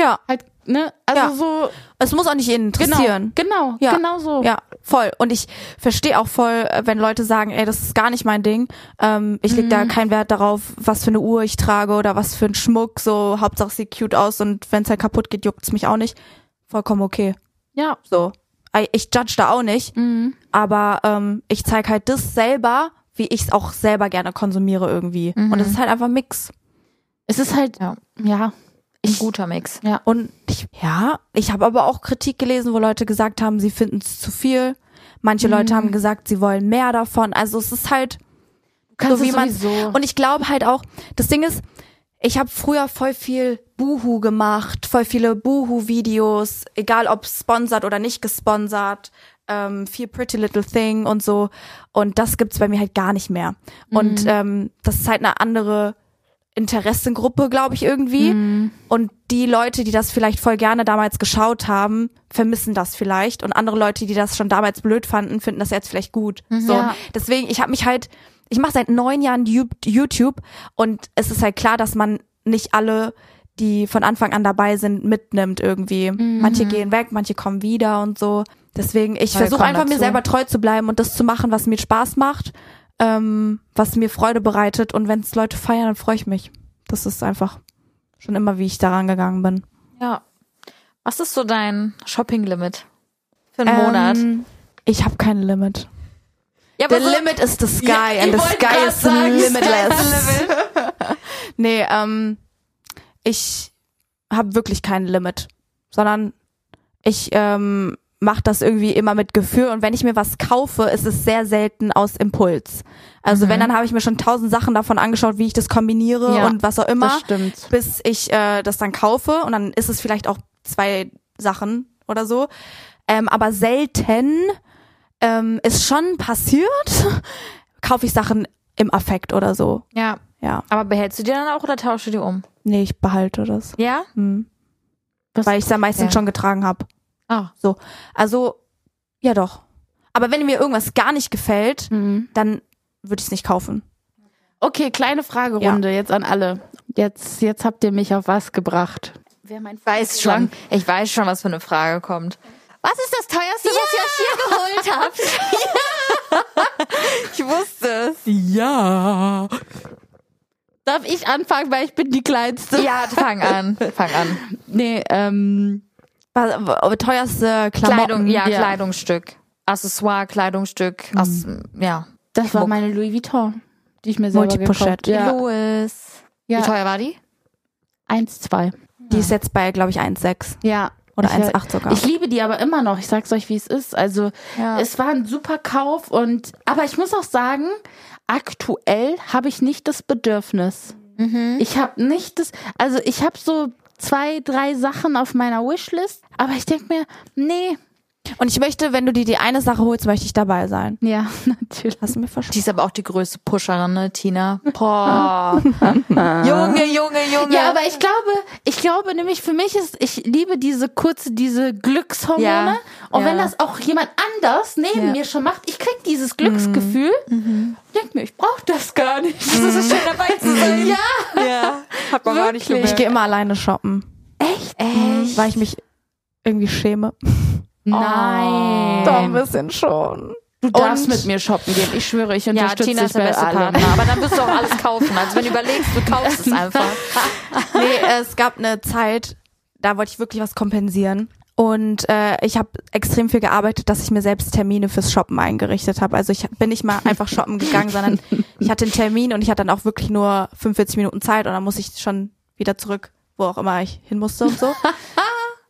[SPEAKER 3] Ja.
[SPEAKER 4] halt, ne, also
[SPEAKER 3] Ja.
[SPEAKER 4] so
[SPEAKER 3] Es muss auch nicht jeden
[SPEAKER 4] genau,
[SPEAKER 3] interessieren.
[SPEAKER 4] genau,
[SPEAKER 3] Ja.
[SPEAKER 4] genau so.
[SPEAKER 3] Ja, voll. Und ich verstehe auch voll, äh, wenn Leute sagen, ey, das ist gar nicht mein Ding. Ähm, ich leg da keinen Wert darauf, was für eine Uhr ich trage oder was für ein Schmuck. So, Hauptsache es sieht cute aus und wenn's halt kaputt geht, juckt's mich auch nicht. Vollkommen okay.
[SPEAKER 4] Ja.
[SPEAKER 3] So. I- Ich judge da auch
[SPEAKER 4] Mhm.
[SPEAKER 3] nicht, aber ähm, ich zeig halt das selber, wie ich's auch selber gerne konsumiere irgendwie. Und das ist halt einfach Mix.
[SPEAKER 4] Es ist halt,
[SPEAKER 2] Ja.
[SPEAKER 4] ja, ja,
[SPEAKER 2] Ein guter Mix.
[SPEAKER 3] Und ich, ja, ich habe aber auch Kritik gelesen, wo Leute gesagt haben, sie finden es zu viel. Manche Leute haben gesagt, sie wollen mehr davon. Also es ist halt
[SPEAKER 4] kannst
[SPEAKER 3] so wie
[SPEAKER 4] es
[SPEAKER 3] man
[SPEAKER 4] sowieso.
[SPEAKER 3] und ich glaube halt auch, das Ding ist, ich habe früher voll viel Buhu gemacht, voll viele Buhu-Videos, egal ob sponsert oder nicht gesponsert, ähm, viel Pretty Little Thing und so. Und das gibt's bei mir halt gar nicht mehr. Und
[SPEAKER 4] Mhm.
[SPEAKER 3] ähm, das ist halt eine andere Interessengruppe, glaube ich, irgendwie. Und die Leute, die das vielleicht voll gerne damals geschaut haben, vermissen das vielleicht. Und andere Leute, die das schon damals blöd fanden, finden das jetzt vielleicht gut. So.
[SPEAKER 4] Ja.
[SPEAKER 3] Deswegen, ich habe mich halt, ich mache seit neun Jahren Ju- YouTube und es ist halt klar, dass man nicht alle, die von Anfang an dabei sind, mitnimmt irgendwie. Manche gehen weg, manche kommen wieder und so. Deswegen, ich
[SPEAKER 2] Ja, wir
[SPEAKER 3] versuche
[SPEAKER 2] kommen
[SPEAKER 3] einfach mir
[SPEAKER 2] dazu.
[SPEAKER 3] selber treu zu bleiben und das zu machen, was mir Spaß macht, ähm, was mir Freude bereitet. Und wenn es Leute feiern, dann freue ich mich. Das ist einfach schon immer, wie ich daran gegangen bin.
[SPEAKER 2] Ja. Was ist so dein Shopping-Limit für einen Monat?
[SPEAKER 3] Ähm, ich habe kein Limit.
[SPEAKER 2] Ja,
[SPEAKER 3] The
[SPEAKER 2] so-
[SPEAKER 3] limit is the sky
[SPEAKER 2] Ja, ich
[SPEAKER 3] and the
[SPEAKER 2] wollte
[SPEAKER 3] sky
[SPEAKER 2] grad
[SPEAKER 3] is
[SPEAKER 2] sagen,
[SPEAKER 3] limitless.
[SPEAKER 2] sky's the limit.
[SPEAKER 3] nee, ähm, ich habe wirklich kein Limit, sondern ich ähm, mache das irgendwie immer mit Gefühl und wenn ich mir was kaufe, ist es sehr selten aus Impuls. Also wenn,
[SPEAKER 2] Mhm.
[SPEAKER 3] dann habe ich mir schon tausend Sachen davon angeschaut, wie ich das kombiniere
[SPEAKER 4] Ja,
[SPEAKER 3] und was auch immer
[SPEAKER 4] das stimmt.
[SPEAKER 3] bis ich äh, das dann kaufe und dann ist es vielleicht auch zwei Sachen oder so. Ähm, aber selten ähm, ist schon passiert, kaufe ich Sachen im Affekt oder so.
[SPEAKER 2] Ja.
[SPEAKER 3] Ja.
[SPEAKER 2] Aber behältst du die dann auch oder tauschst du die um?
[SPEAKER 3] Nee, ich behalte das.
[SPEAKER 2] Ja?
[SPEAKER 3] Hm.
[SPEAKER 4] Was-
[SPEAKER 3] Weil ich es ja meistens
[SPEAKER 2] Ja.
[SPEAKER 3] schon getragen habe.
[SPEAKER 2] Ah.
[SPEAKER 3] So. Also, ja doch. Aber wenn mir irgendwas gar nicht gefällt,
[SPEAKER 4] Mhm.
[SPEAKER 3] dann würde ich es nicht kaufen.
[SPEAKER 4] Okay, kleine Fragerunde jetzt an alle. Jetzt, jetzt habt ihr mich auf was gebracht. Wer mein
[SPEAKER 2] Weiß schon. Ich weiß schon, was für eine Frage kommt. Was ist das teuerste, was ihr euch hier geholt habt? Ich wusste es.
[SPEAKER 4] Ja. Darf ich anfangen, weil ich bin die Kleinste?
[SPEAKER 2] Ja, fang an. Fang an.
[SPEAKER 4] Nee, ähm,
[SPEAKER 3] Wa- wa- Teuerste Klamotten.
[SPEAKER 2] Kleidung, ja, Hm.
[SPEAKER 4] ja.
[SPEAKER 2] Kleidungsstück. Accessoire, Kleidungsstück. Ass- ja.
[SPEAKER 4] das war
[SPEAKER 2] Schmuck.
[SPEAKER 4] meine Louis Vuitton, die ich mir selber
[SPEAKER 3] Multipochette.
[SPEAKER 4] gekauft Ja,
[SPEAKER 2] Louis. Wie
[SPEAKER 4] ja.
[SPEAKER 2] teuer war die?
[SPEAKER 4] eins, zwei.
[SPEAKER 3] Die ist jetzt bei, glaube ich, 1,6
[SPEAKER 4] Ja.
[SPEAKER 3] oder
[SPEAKER 4] Ich hör-
[SPEAKER 3] 1,8 sogar.
[SPEAKER 4] Ich liebe die aber immer noch. Ich sag's euch, wie es ist. Also,
[SPEAKER 2] Ja.
[SPEAKER 4] es war ein super Kauf und, aber ich muss auch sagen, aktuell habe ich nicht das Bedürfnis.
[SPEAKER 2] Mhm.
[SPEAKER 4] Ich habe nicht das, also ich habe so zwei, drei Sachen auf meiner Wishlist, aber ich denke mir, nee,
[SPEAKER 3] Und ich möchte, wenn du dir die eine Sache holst, möchte ich dabei sein.
[SPEAKER 4] ja, natürlich.
[SPEAKER 3] Hast du mir versprochen?
[SPEAKER 2] Die ist aber auch die größte Pusherin, ne, Tina? Boah. Junge, Junge, Junge.
[SPEAKER 4] Ja, aber ich glaube, ich glaube nämlich für mich ist, ich liebe diese kurze, diese Glückshormone.
[SPEAKER 2] Ja,
[SPEAKER 4] Und
[SPEAKER 2] ja.
[SPEAKER 4] wenn das auch jemand anders neben
[SPEAKER 2] Ja. Mhm.
[SPEAKER 4] mir schon macht, ich krieg dieses Glücksgefühl, denk mir, ich brauche das gar nicht.
[SPEAKER 2] es ist schön dabei zu sein. Ja. ja. Hat man gar nicht
[SPEAKER 4] Wirklich.
[SPEAKER 3] Ich gehe immer alleine shoppen,
[SPEAKER 2] Mhm.
[SPEAKER 4] Echt?
[SPEAKER 3] weil ich mich irgendwie schäme.
[SPEAKER 4] Nein.
[SPEAKER 3] Doch, ein bisschen schon.
[SPEAKER 4] Du darfst
[SPEAKER 3] Und-
[SPEAKER 4] mit mir shoppen gehen. Ich schwöre, ich
[SPEAKER 2] Ja,
[SPEAKER 4] unterstütze
[SPEAKER 2] Tina
[SPEAKER 4] dich
[SPEAKER 2] ist der
[SPEAKER 4] bei
[SPEAKER 2] beste
[SPEAKER 4] allem.
[SPEAKER 2] Partner. Aber dann wirst du auch alles kaufen. Also wenn du überlegst, du kaufst es einfach.
[SPEAKER 3] Nee, äh, es gab eine Zeit, da wollte ich wirklich was kompensieren. Und äh, ich habe extrem viel gearbeitet, dass ich mir selbst Termine fürs Shoppen eingerichtet habe. Also ich bin nicht mal einfach shoppen gegangen, sondern ich hatte einen Termin und ich hatte dann auch wirklich nur 45 Minuten Zeit und dann muss ich schon wieder zurück, wo auch immer ich hin musste und so.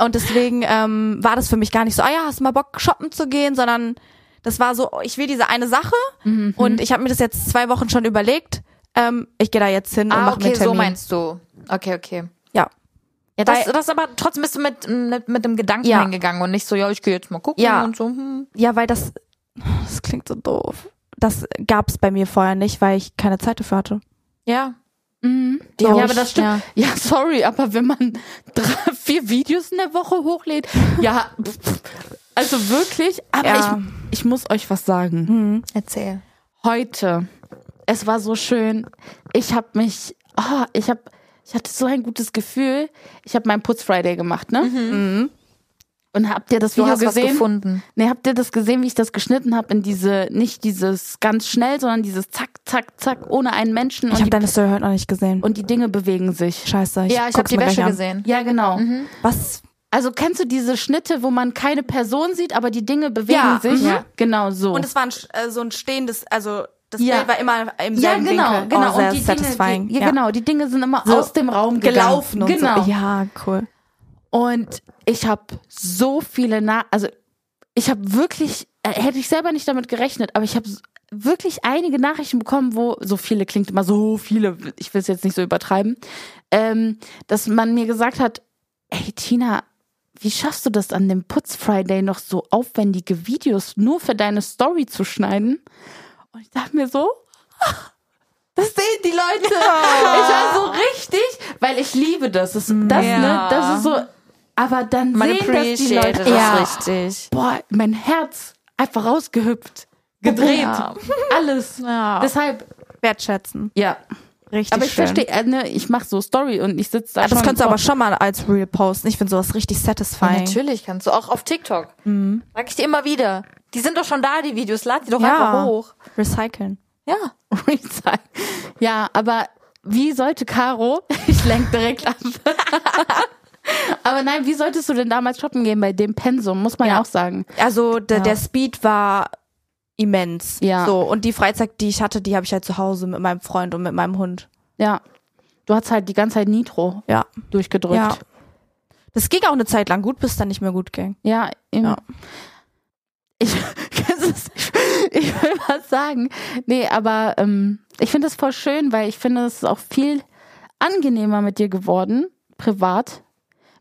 [SPEAKER 3] Und deswegen ähm, war das für mich gar nicht so, ah ja, hast du mal Bock, shoppen zu gehen, sondern das war so, oh, ich will diese eine Sache
[SPEAKER 2] Mhm,
[SPEAKER 3] und ich habe mir das jetzt zwei Wochen schon überlegt. Ähm, ich gehe da jetzt hin und
[SPEAKER 2] Ah,
[SPEAKER 3] mache
[SPEAKER 2] okay,
[SPEAKER 3] mir einen
[SPEAKER 2] so
[SPEAKER 3] Termin.
[SPEAKER 2] meinst du. Okay, okay.
[SPEAKER 3] ja.
[SPEAKER 2] Ja, das,
[SPEAKER 3] Weil-
[SPEAKER 2] das aber trotzdem bist du mit, mit, mit dem Gedanken
[SPEAKER 3] Ja.
[SPEAKER 2] hingegangen und nicht so, ja, ich gehe jetzt mal gucken
[SPEAKER 3] Ja.
[SPEAKER 2] und so. Hm.
[SPEAKER 3] Ja, weil das, das klingt so doof. Das gab's bei mir vorher nicht, weil ich keine Zeit dafür hatte.
[SPEAKER 2] Ja.
[SPEAKER 4] Ja,
[SPEAKER 2] Glaub
[SPEAKER 4] aber
[SPEAKER 2] ich,
[SPEAKER 4] das stimmt.
[SPEAKER 2] ja.
[SPEAKER 4] Ja. sorry, aber wenn man drei, vier Videos in der Woche hochlädt, ja, pff, also wirklich, aber
[SPEAKER 3] Ja.
[SPEAKER 4] ich, ich muss euch was sagen.
[SPEAKER 2] Erzähl.
[SPEAKER 4] heute. Es war so schön. Ich habe mich, oh, ich habe, ich hatte so ein gutes Gefühl. Ich habe meinen Putz Friday gemacht, ne? Mhm. Und habt ihr das
[SPEAKER 2] Du
[SPEAKER 4] Video
[SPEAKER 2] hast was
[SPEAKER 4] gesehen?
[SPEAKER 2] gefunden.
[SPEAKER 4] Nee, habt ihr das gesehen, wie ich das geschnitten habe in diese, nicht dieses ganz schnell, sondern dieses zack, zack, zack, ohne einen Menschen
[SPEAKER 3] Ich habe
[SPEAKER 4] und die,
[SPEAKER 3] deine Story heute noch nicht gesehen.
[SPEAKER 4] und die Dinge bewegen sich.
[SPEAKER 3] Scheiße, ich,
[SPEAKER 2] Ja, ich habe
[SPEAKER 3] guck's
[SPEAKER 2] die
[SPEAKER 3] mir gleich
[SPEAKER 2] Wäsche
[SPEAKER 3] an.
[SPEAKER 2] gesehen.
[SPEAKER 4] Ja, genau.
[SPEAKER 3] Mhm. Was?
[SPEAKER 4] Also kennst du diese Schnitte, wo man keine Person sieht, aber die Dinge bewegen
[SPEAKER 3] Ja,
[SPEAKER 4] sich?
[SPEAKER 3] mhm.
[SPEAKER 4] Genau so.
[SPEAKER 3] Und es war ein, sch- äh, so ein stehendes, also Das
[SPEAKER 4] Ja.
[SPEAKER 3] Bild war immer im
[SPEAKER 4] Ja,
[SPEAKER 3] selben
[SPEAKER 4] genau,
[SPEAKER 3] Winkel.
[SPEAKER 4] genau.
[SPEAKER 3] Oh, sehr
[SPEAKER 4] und die Dinge,
[SPEAKER 3] satisfying.
[SPEAKER 4] die, ja,
[SPEAKER 3] Ja.
[SPEAKER 4] genau, die Dinge sind immer
[SPEAKER 3] So
[SPEAKER 4] aus dem Raum gegangen.
[SPEAKER 3] Gelaufen und
[SPEAKER 4] genau.
[SPEAKER 3] so. Ja, cool.
[SPEAKER 4] Und ich habe so viele Na also ich habe wirklich äh, hätte ich selber nicht damit gerechnet, aber ich habe wirklich einige Nachrichten bekommen, wo so viele klingt immer so viele, ich will es jetzt nicht so übertreiben, ähm, dass man mir gesagt hat, hey Tina, wie schaffst du das an dem Putz Friday noch so aufwendige Videos nur für deine Story zu schneiden? Und ich dachte mir so, das sehen die Leute. Ich war so richtig, weil ich liebe das. Das, das,
[SPEAKER 2] Ja.
[SPEAKER 4] ne, das ist so. Aber dann
[SPEAKER 2] Man
[SPEAKER 4] sehen das die
[SPEAKER 2] appreciated
[SPEAKER 4] Leute.
[SPEAKER 2] das
[SPEAKER 4] Ja.
[SPEAKER 2] richtig.
[SPEAKER 4] Boah, mein Herz einfach rausgehüpft, gedreht,
[SPEAKER 2] Ja.
[SPEAKER 4] alles.
[SPEAKER 2] Ja.
[SPEAKER 4] Deshalb,
[SPEAKER 3] Wertschätzen.
[SPEAKER 4] ja.
[SPEAKER 3] Richtig
[SPEAKER 4] Aber ich
[SPEAKER 3] schön.
[SPEAKER 4] verstehe, äh, ne, ich mache so Story und ich sitze da.
[SPEAKER 3] Ah, Das
[SPEAKER 4] schon
[SPEAKER 3] kannst du aber
[SPEAKER 4] vor-
[SPEAKER 3] schon mal als Real posten. Ich finde sowas richtig satisfying.
[SPEAKER 2] Natürlich kannst du, auch auf TikTok.
[SPEAKER 4] Mhm.
[SPEAKER 2] Sag ich dir immer wieder. Die sind doch schon da, die Videos. Lad die doch einfach hoch.
[SPEAKER 3] Recyceln.
[SPEAKER 2] Ja.
[SPEAKER 4] Recycle. Ja, aber wie sollte Caro, ich lenk direkt ab. aber nein, wie solltest du denn damals shoppen gehen bei dem Pensum, muss man ja,
[SPEAKER 3] Ja.
[SPEAKER 4] auch sagen.
[SPEAKER 3] Also der, der Speed war immens.
[SPEAKER 4] Ja.
[SPEAKER 3] So, und die Freizeit, die ich hatte, die habe ich halt zu Hause mit meinem Freund und mit meinem Hund.
[SPEAKER 4] Ja. Du hast halt die ganze Zeit Nitro
[SPEAKER 3] Ja.
[SPEAKER 4] durchgedrückt.
[SPEAKER 3] Ja. Das ging auch eine Zeit lang gut, bis es dann nicht mehr gut ging.
[SPEAKER 4] Ja, eben.
[SPEAKER 3] Ja.
[SPEAKER 4] Ich, das ist, ich will was sagen. Nee, aber ähm, ich finde das voll schön, weil ich finde, es ist auch viel angenehmer mit dir geworden, privat,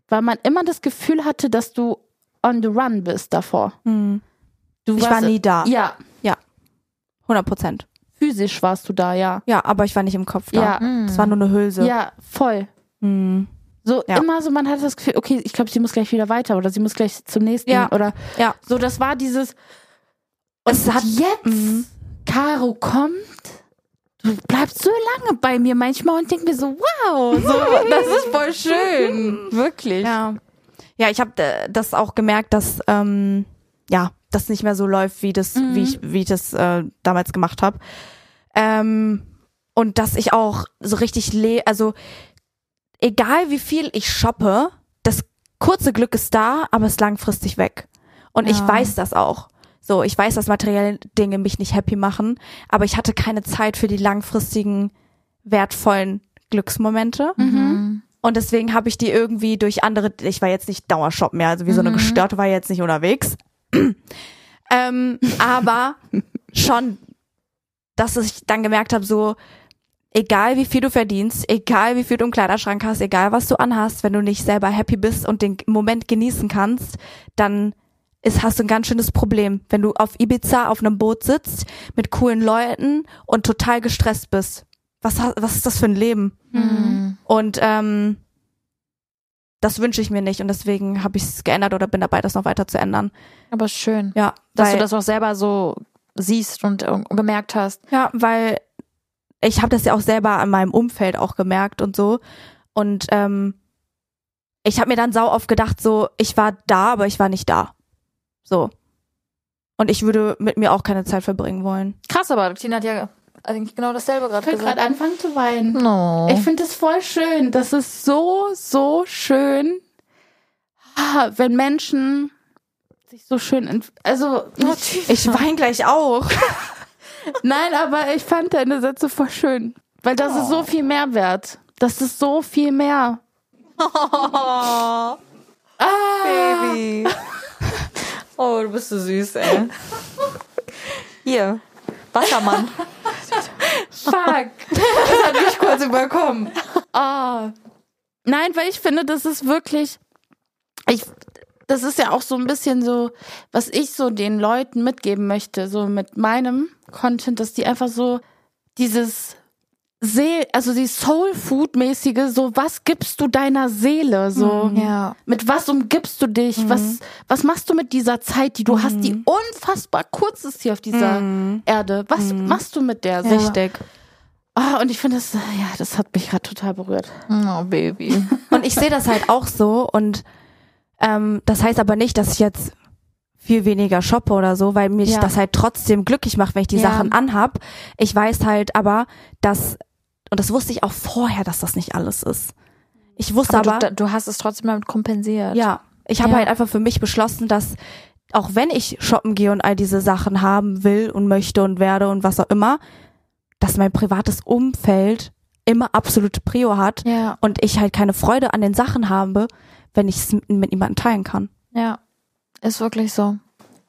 [SPEAKER 4] weil man immer das Gefühl hatte, dass du on the run bist davor. Du
[SPEAKER 3] Ich
[SPEAKER 4] warst-
[SPEAKER 3] war nie da.
[SPEAKER 4] Hm. Ja,
[SPEAKER 3] 100 Prozent.
[SPEAKER 4] physisch warst du da, ja.
[SPEAKER 3] Ja, Mhm. aber ich war nicht im Kopf da.
[SPEAKER 4] Ja.
[SPEAKER 2] Hm.
[SPEAKER 3] Das war nur eine Hülse.
[SPEAKER 4] Ja, voll.
[SPEAKER 3] Mhm.
[SPEAKER 4] So
[SPEAKER 3] Ja.
[SPEAKER 4] immer so, man hatte das Gefühl, okay, ich glaube, sie muss gleich wieder weiter oder sie muss gleich zum nächsten
[SPEAKER 3] Ja.
[SPEAKER 4] oder
[SPEAKER 3] Ja.
[SPEAKER 4] so, das war dieses
[SPEAKER 3] Es hat
[SPEAKER 4] jetzt
[SPEAKER 3] Mhm.
[SPEAKER 4] Caro kommt, du bleibst so lange bei mir manchmal und denk mir so, wow, so, das ist voll schön. Wirklich.
[SPEAKER 3] Ja, ja ich habe äh, das auch gemerkt, dass ähm, ja, das nicht mehr so läuft, wie das, wie ich, wie ich das äh, damals gemacht habe. Ähm, und dass ich auch so richtig le, also egal wie viel ich shoppe, das kurze Glück ist da, aber es ist langfristig weg. Und ich
[SPEAKER 4] Ja.
[SPEAKER 3] weiß das auch. So, ich weiß, dass materielle Dinge mich nicht happy machen, aber ich hatte keine Zeit für die langfristigen, wertvollen Glücksmomente. Und deswegen habe ich die irgendwie durch andere, ich war jetzt nicht Dauershop mehr, also wie so eine Gestörte war ich jetzt nicht unterwegs. ähm, aber schon, dass ich dann gemerkt habe, so, egal wie viel du verdienst, egal wie viel du im Kleiderschrank hast, egal was du anhast, wenn du nicht selber happy bist und den Moment genießen kannst, dann ist, hast du ein ganz schönes Problem, wenn du auf Ibiza auf einem Boot sitzt mit coolen Leuten und total gestresst bist. Was, ha- was ist das für ein Leben?
[SPEAKER 2] Hm.
[SPEAKER 3] Und ähm, das wünsche ich mir nicht und deswegen habe ich es geändert oder bin dabei, das noch weiter zu ändern.
[SPEAKER 2] Aber schön,
[SPEAKER 3] Ja,
[SPEAKER 2] dass
[SPEAKER 3] weil,
[SPEAKER 2] du das auch selber so siehst und äh, bemerkt hast.
[SPEAKER 3] Ja, weil ich habe das ja auch selber an meinem Umfeld auch gemerkt und so. Und ähm, ich habe mir dann sau oft gedacht, so, ich war da, aber ich war nicht da. So. Und ich würde mit mir auch keine Zeit verbringen wollen.
[SPEAKER 2] Krass, aber Tina hat ja eigentlich genau dasselbe gerade
[SPEAKER 4] Ich könnte
[SPEAKER 2] gesagt.
[SPEAKER 4] gerade anfangen zu weinen.
[SPEAKER 2] No.
[SPEAKER 4] Ich finde das voll schön. Das ist so, so schön, Ah, wenn Menschen sich so schön, ent- also ich,
[SPEAKER 3] Ich weine gleich auch.
[SPEAKER 4] Nein, aber ich fand deine Sätze voll schön. Weil das ist so viel Mehrwert. Das ist so viel mehr.
[SPEAKER 2] Baby. Oh, du bist so süß, ey. Hier. Wassermann.
[SPEAKER 4] Fuck.
[SPEAKER 2] Ich kurz überkommen.
[SPEAKER 4] Ah. Nein, weil ich finde, das ist wirklich. Ich, das ist ja auch so ein bisschen so, was ich so den Leuten mitgeben möchte, so mit meinem Content, dass die einfach so dieses Seel, also die Soul Food mäßige, so was gibst du deiner Seele, so
[SPEAKER 2] Ja.
[SPEAKER 4] mit was umgibst du dich, was was machst du mit dieser Zeit, die du hast, die unfassbar kurz ist hier auf dieser Erde, was machst du mit der? So.
[SPEAKER 3] Richtig.
[SPEAKER 4] Ah, und ich finde das, ja, das hat mich gerade total berührt.
[SPEAKER 2] Oh, Baby.
[SPEAKER 3] Und ich sehe das halt auch so und ähm, das heißt aber nicht, dass ich jetzt viel weniger shoppe oder so, weil mich
[SPEAKER 4] Ja.
[SPEAKER 3] das halt trotzdem glücklich macht, wenn ich die
[SPEAKER 4] Ja.
[SPEAKER 3] Sachen anhab. Ich weiß halt aber, dass, und das wusste ich auch vorher, dass das nicht alles ist. Ich wusste
[SPEAKER 2] Aber,
[SPEAKER 3] aber,
[SPEAKER 2] du, du hast es trotzdem damit kompensiert.
[SPEAKER 3] ja, ich habe
[SPEAKER 2] Ja.
[SPEAKER 3] halt einfach für mich beschlossen, dass auch wenn ich shoppen gehe und all diese Sachen haben will und möchte und werde und was auch immer, dass mein privates Umfeld immer absolute Prio hat
[SPEAKER 2] Ja,
[SPEAKER 3] und ich halt keine Freude an den Sachen habe, wenn ich es mit, mit niemandem teilen kann.
[SPEAKER 2] ja. Ist wirklich so.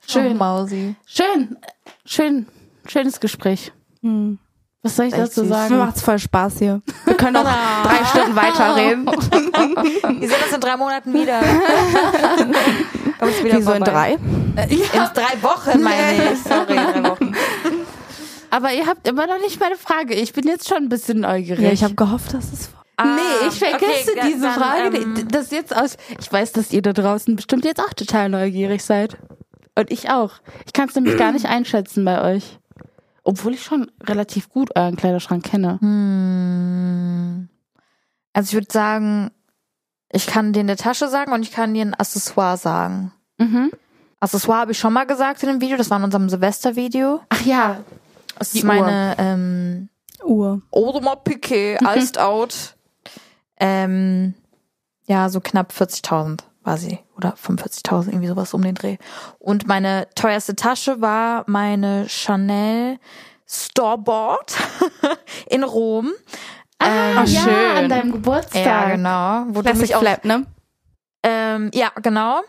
[SPEAKER 4] Schön.
[SPEAKER 2] Oh, Mausi.
[SPEAKER 4] Schön, schön, schönes Gespräch.
[SPEAKER 3] Hm.
[SPEAKER 4] Was soll ich
[SPEAKER 2] Echt
[SPEAKER 4] dazu
[SPEAKER 2] süß.
[SPEAKER 3] Mir
[SPEAKER 4] sagen?
[SPEAKER 3] macht's voll Spaß hier. Wir können noch drei Stunden weiterreden.
[SPEAKER 2] Wir sehen uns in drei Monaten wieder. Kommst wieder
[SPEAKER 3] Wieso in
[SPEAKER 2] vorbei.
[SPEAKER 3] drei?
[SPEAKER 2] In drei Wochen meine ich. Sorry, in drei Wochen.
[SPEAKER 4] Aber ihr habt immer noch nicht meine Frage. Ich bin jetzt schon ein bisschen neugierig.
[SPEAKER 3] Ja, ich habe gehofft, dass es
[SPEAKER 4] nee, ich vergesse
[SPEAKER 2] Ah, okay,
[SPEAKER 4] diese
[SPEAKER 2] dann,
[SPEAKER 4] Frage.
[SPEAKER 2] ähm,
[SPEAKER 4] das jetzt aus. Ich weiß, dass ihr da draußen bestimmt jetzt auch total neugierig seid. Und ich auch. Ich kann es nämlich gar nicht einschätzen bei euch. Obwohl ich schon relativ gut euren Kleiderschrank kenne.
[SPEAKER 2] Hm. Also ich würde sagen, ich kann dir in der Tasche sagen und ich kann dir ein Accessoire sagen.
[SPEAKER 4] Mhm.
[SPEAKER 2] Accessoire habe ich schon mal gesagt in dem Video, das war in unserem Silvester-Video.
[SPEAKER 4] Ach ja.
[SPEAKER 2] Das
[SPEAKER 4] Die
[SPEAKER 2] ist meine ähm,
[SPEAKER 3] Uhr.
[SPEAKER 2] Audemars Piquet, iced out. Ähm, ja, so knapp 40.000 war sie. Oder 45.000, irgendwie sowas um den Dreh. Und meine teuerste Tasche war meine Chanel Storeboard in Rom. Ähm,
[SPEAKER 4] ja,
[SPEAKER 3] schön.
[SPEAKER 4] an deinem Geburtstag.
[SPEAKER 2] ja, genau. Wo du mich
[SPEAKER 3] Classic
[SPEAKER 2] auch
[SPEAKER 3] Flap, ne?
[SPEAKER 2] ähm, ja, genau.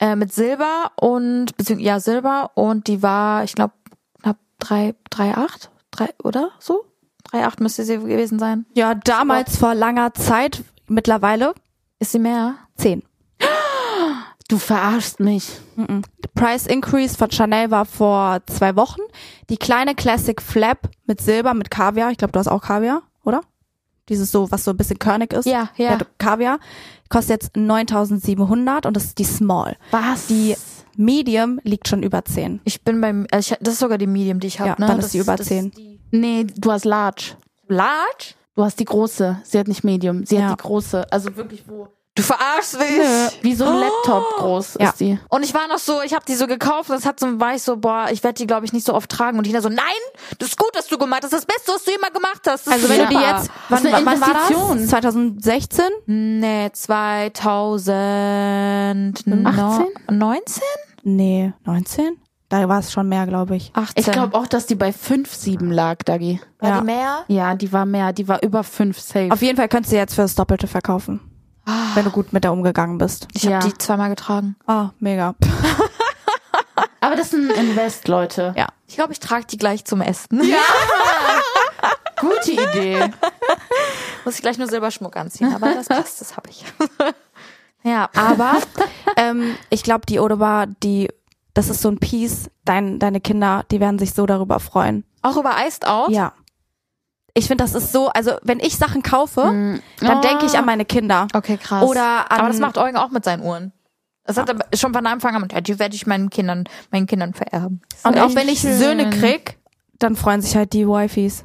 [SPEAKER 2] Äh, mit Silber und, beziehungsweise, ja, Silber und die war, ich glaube, knapp drei drei acht drei oder so? drei acht müsste sie gewesen sein.
[SPEAKER 3] Ja, damals vor langer Zeit, mittlerweile
[SPEAKER 2] Ist sie mehr?
[SPEAKER 3] zehn.
[SPEAKER 4] Du verarschst mich.
[SPEAKER 3] Price Increase von Chanel war vor zwei Wochen. Die kleine Classic Flap mit Silber, mit Kaviar. Ich glaube, du hast auch Kaviar, oder? Dieses so, was so ein bisschen körnig ist.
[SPEAKER 2] Ja, ja.
[SPEAKER 3] Der Kaviar. Kostet jetzt 9700 und das ist die Small.
[SPEAKER 4] Was?
[SPEAKER 3] Die Medium liegt schon über 10.
[SPEAKER 2] Ich bin beim, also ich, das ist sogar die Medium, die ich habe.
[SPEAKER 3] Ja,
[SPEAKER 2] ne?
[SPEAKER 3] dann
[SPEAKER 2] das,
[SPEAKER 3] ist sie über
[SPEAKER 2] das-
[SPEAKER 3] 10.
[SPEAKER 4] nee, du hast large.
[SPEAKER 2] Large?
[SPEAKER 4] Du hast die große. Sie hat nicht medium. Sie
[SPEAKER 3] Ja.
[SPEAKER 4] hat die große. Also wirklich wo?
[SPEAKER 2] Du verarschst mich.
[SPEAKER 4] Wie so ein Laptop groß
[SPEAKER 3] Ja.
[SPEAKER 4] ist die.
[SPEAKER 2] Und ich war noch so, ich habe die so gekauft und es hat so war ich so, boah, ich werde die glaube ich nicht so oft tragen und Tina so, nein, das ist gut, dass du gemacht hast, das Beste, was du jemals gemacht hast. Das
[SPEAKER 3] Also
[SPEAKER 2] ist
[SPEAKER 3] wenn du die
[SPEAKER 2] super.
[SPEAKER 3] jetzt, wann,
[SPEAKER 4] eine
[SPEAKER 3] wann war
[SPEAKER 4] Investition.
[SPEAKER 3] das? 2016?
[SPEAKER 2] Nee, 2019?
[SPEAKER 3] Nee, 19? Da war es schon mehr, glaube ich.
[SPEAKER 2] 18.
[SPEAKER 4] Ich glaube auch, dass die bei 5,7 lag, Dagi.
[SPEAKER 2] war
[SPEAKER 3] ja.
[SPEAKER 2] die mehr?
[SPEAKER 4] Ja, die war mehr. Die war über 5 safe.
[SPEAKER 3] Auf jeden Fall könntest du jetzt für das Doppelte verkaufen. Wenn du gut mit der umgegangen bist.
[SPEAKER 2] Ich habe
[SPEAKER 4] Ja.
[SPEAKER 2] die zweimal getragen.
[SPEAKER 3] Ah, mega.
[SPEAKER 4] Aber das ist ein Invest, Leute.
[SPEAKER 3] Ja.
[SPEAKER 2] Ich glaube, ich trage die gleich zum Essen. Ja.
[SPEAKER 4] Gute Idee.
[SPEAKER 2] Muss ich gleich nur Silberschmuck anziehen, aber das passt, das habe ich. ja, aber
[SPEAKER 3] ähm, ich glaube, die Odoba, die, das ist so ein Piece. Dein, deine Kinder, die werden sich so darüber freuen.
[SPEAKER 2] auch über Iced Out.
[SPEAKER 3] Ja. Ich finde, das ist so, also wenn ich Sachen kaufe, dann denke ich an meine Kinder.
[SPEAKER 2] Okay, krass.
[SPEAKER 3] Oder an-
[SPEAKER 2] aber das macht Eugen auch mit seinen Uhren. Das hat er schon von Anfang an, ja, die werde ich meinen Kindern, meinen Kindern vererben.
[SPEAKER 3] Und auch
[SPEAKER 4] echt
[SPEAKER 3] wenn ich
[SPEAKER 4] schön.
[SPEAKER 3] Söhne krieg, dann freuen sich halt die Wifis.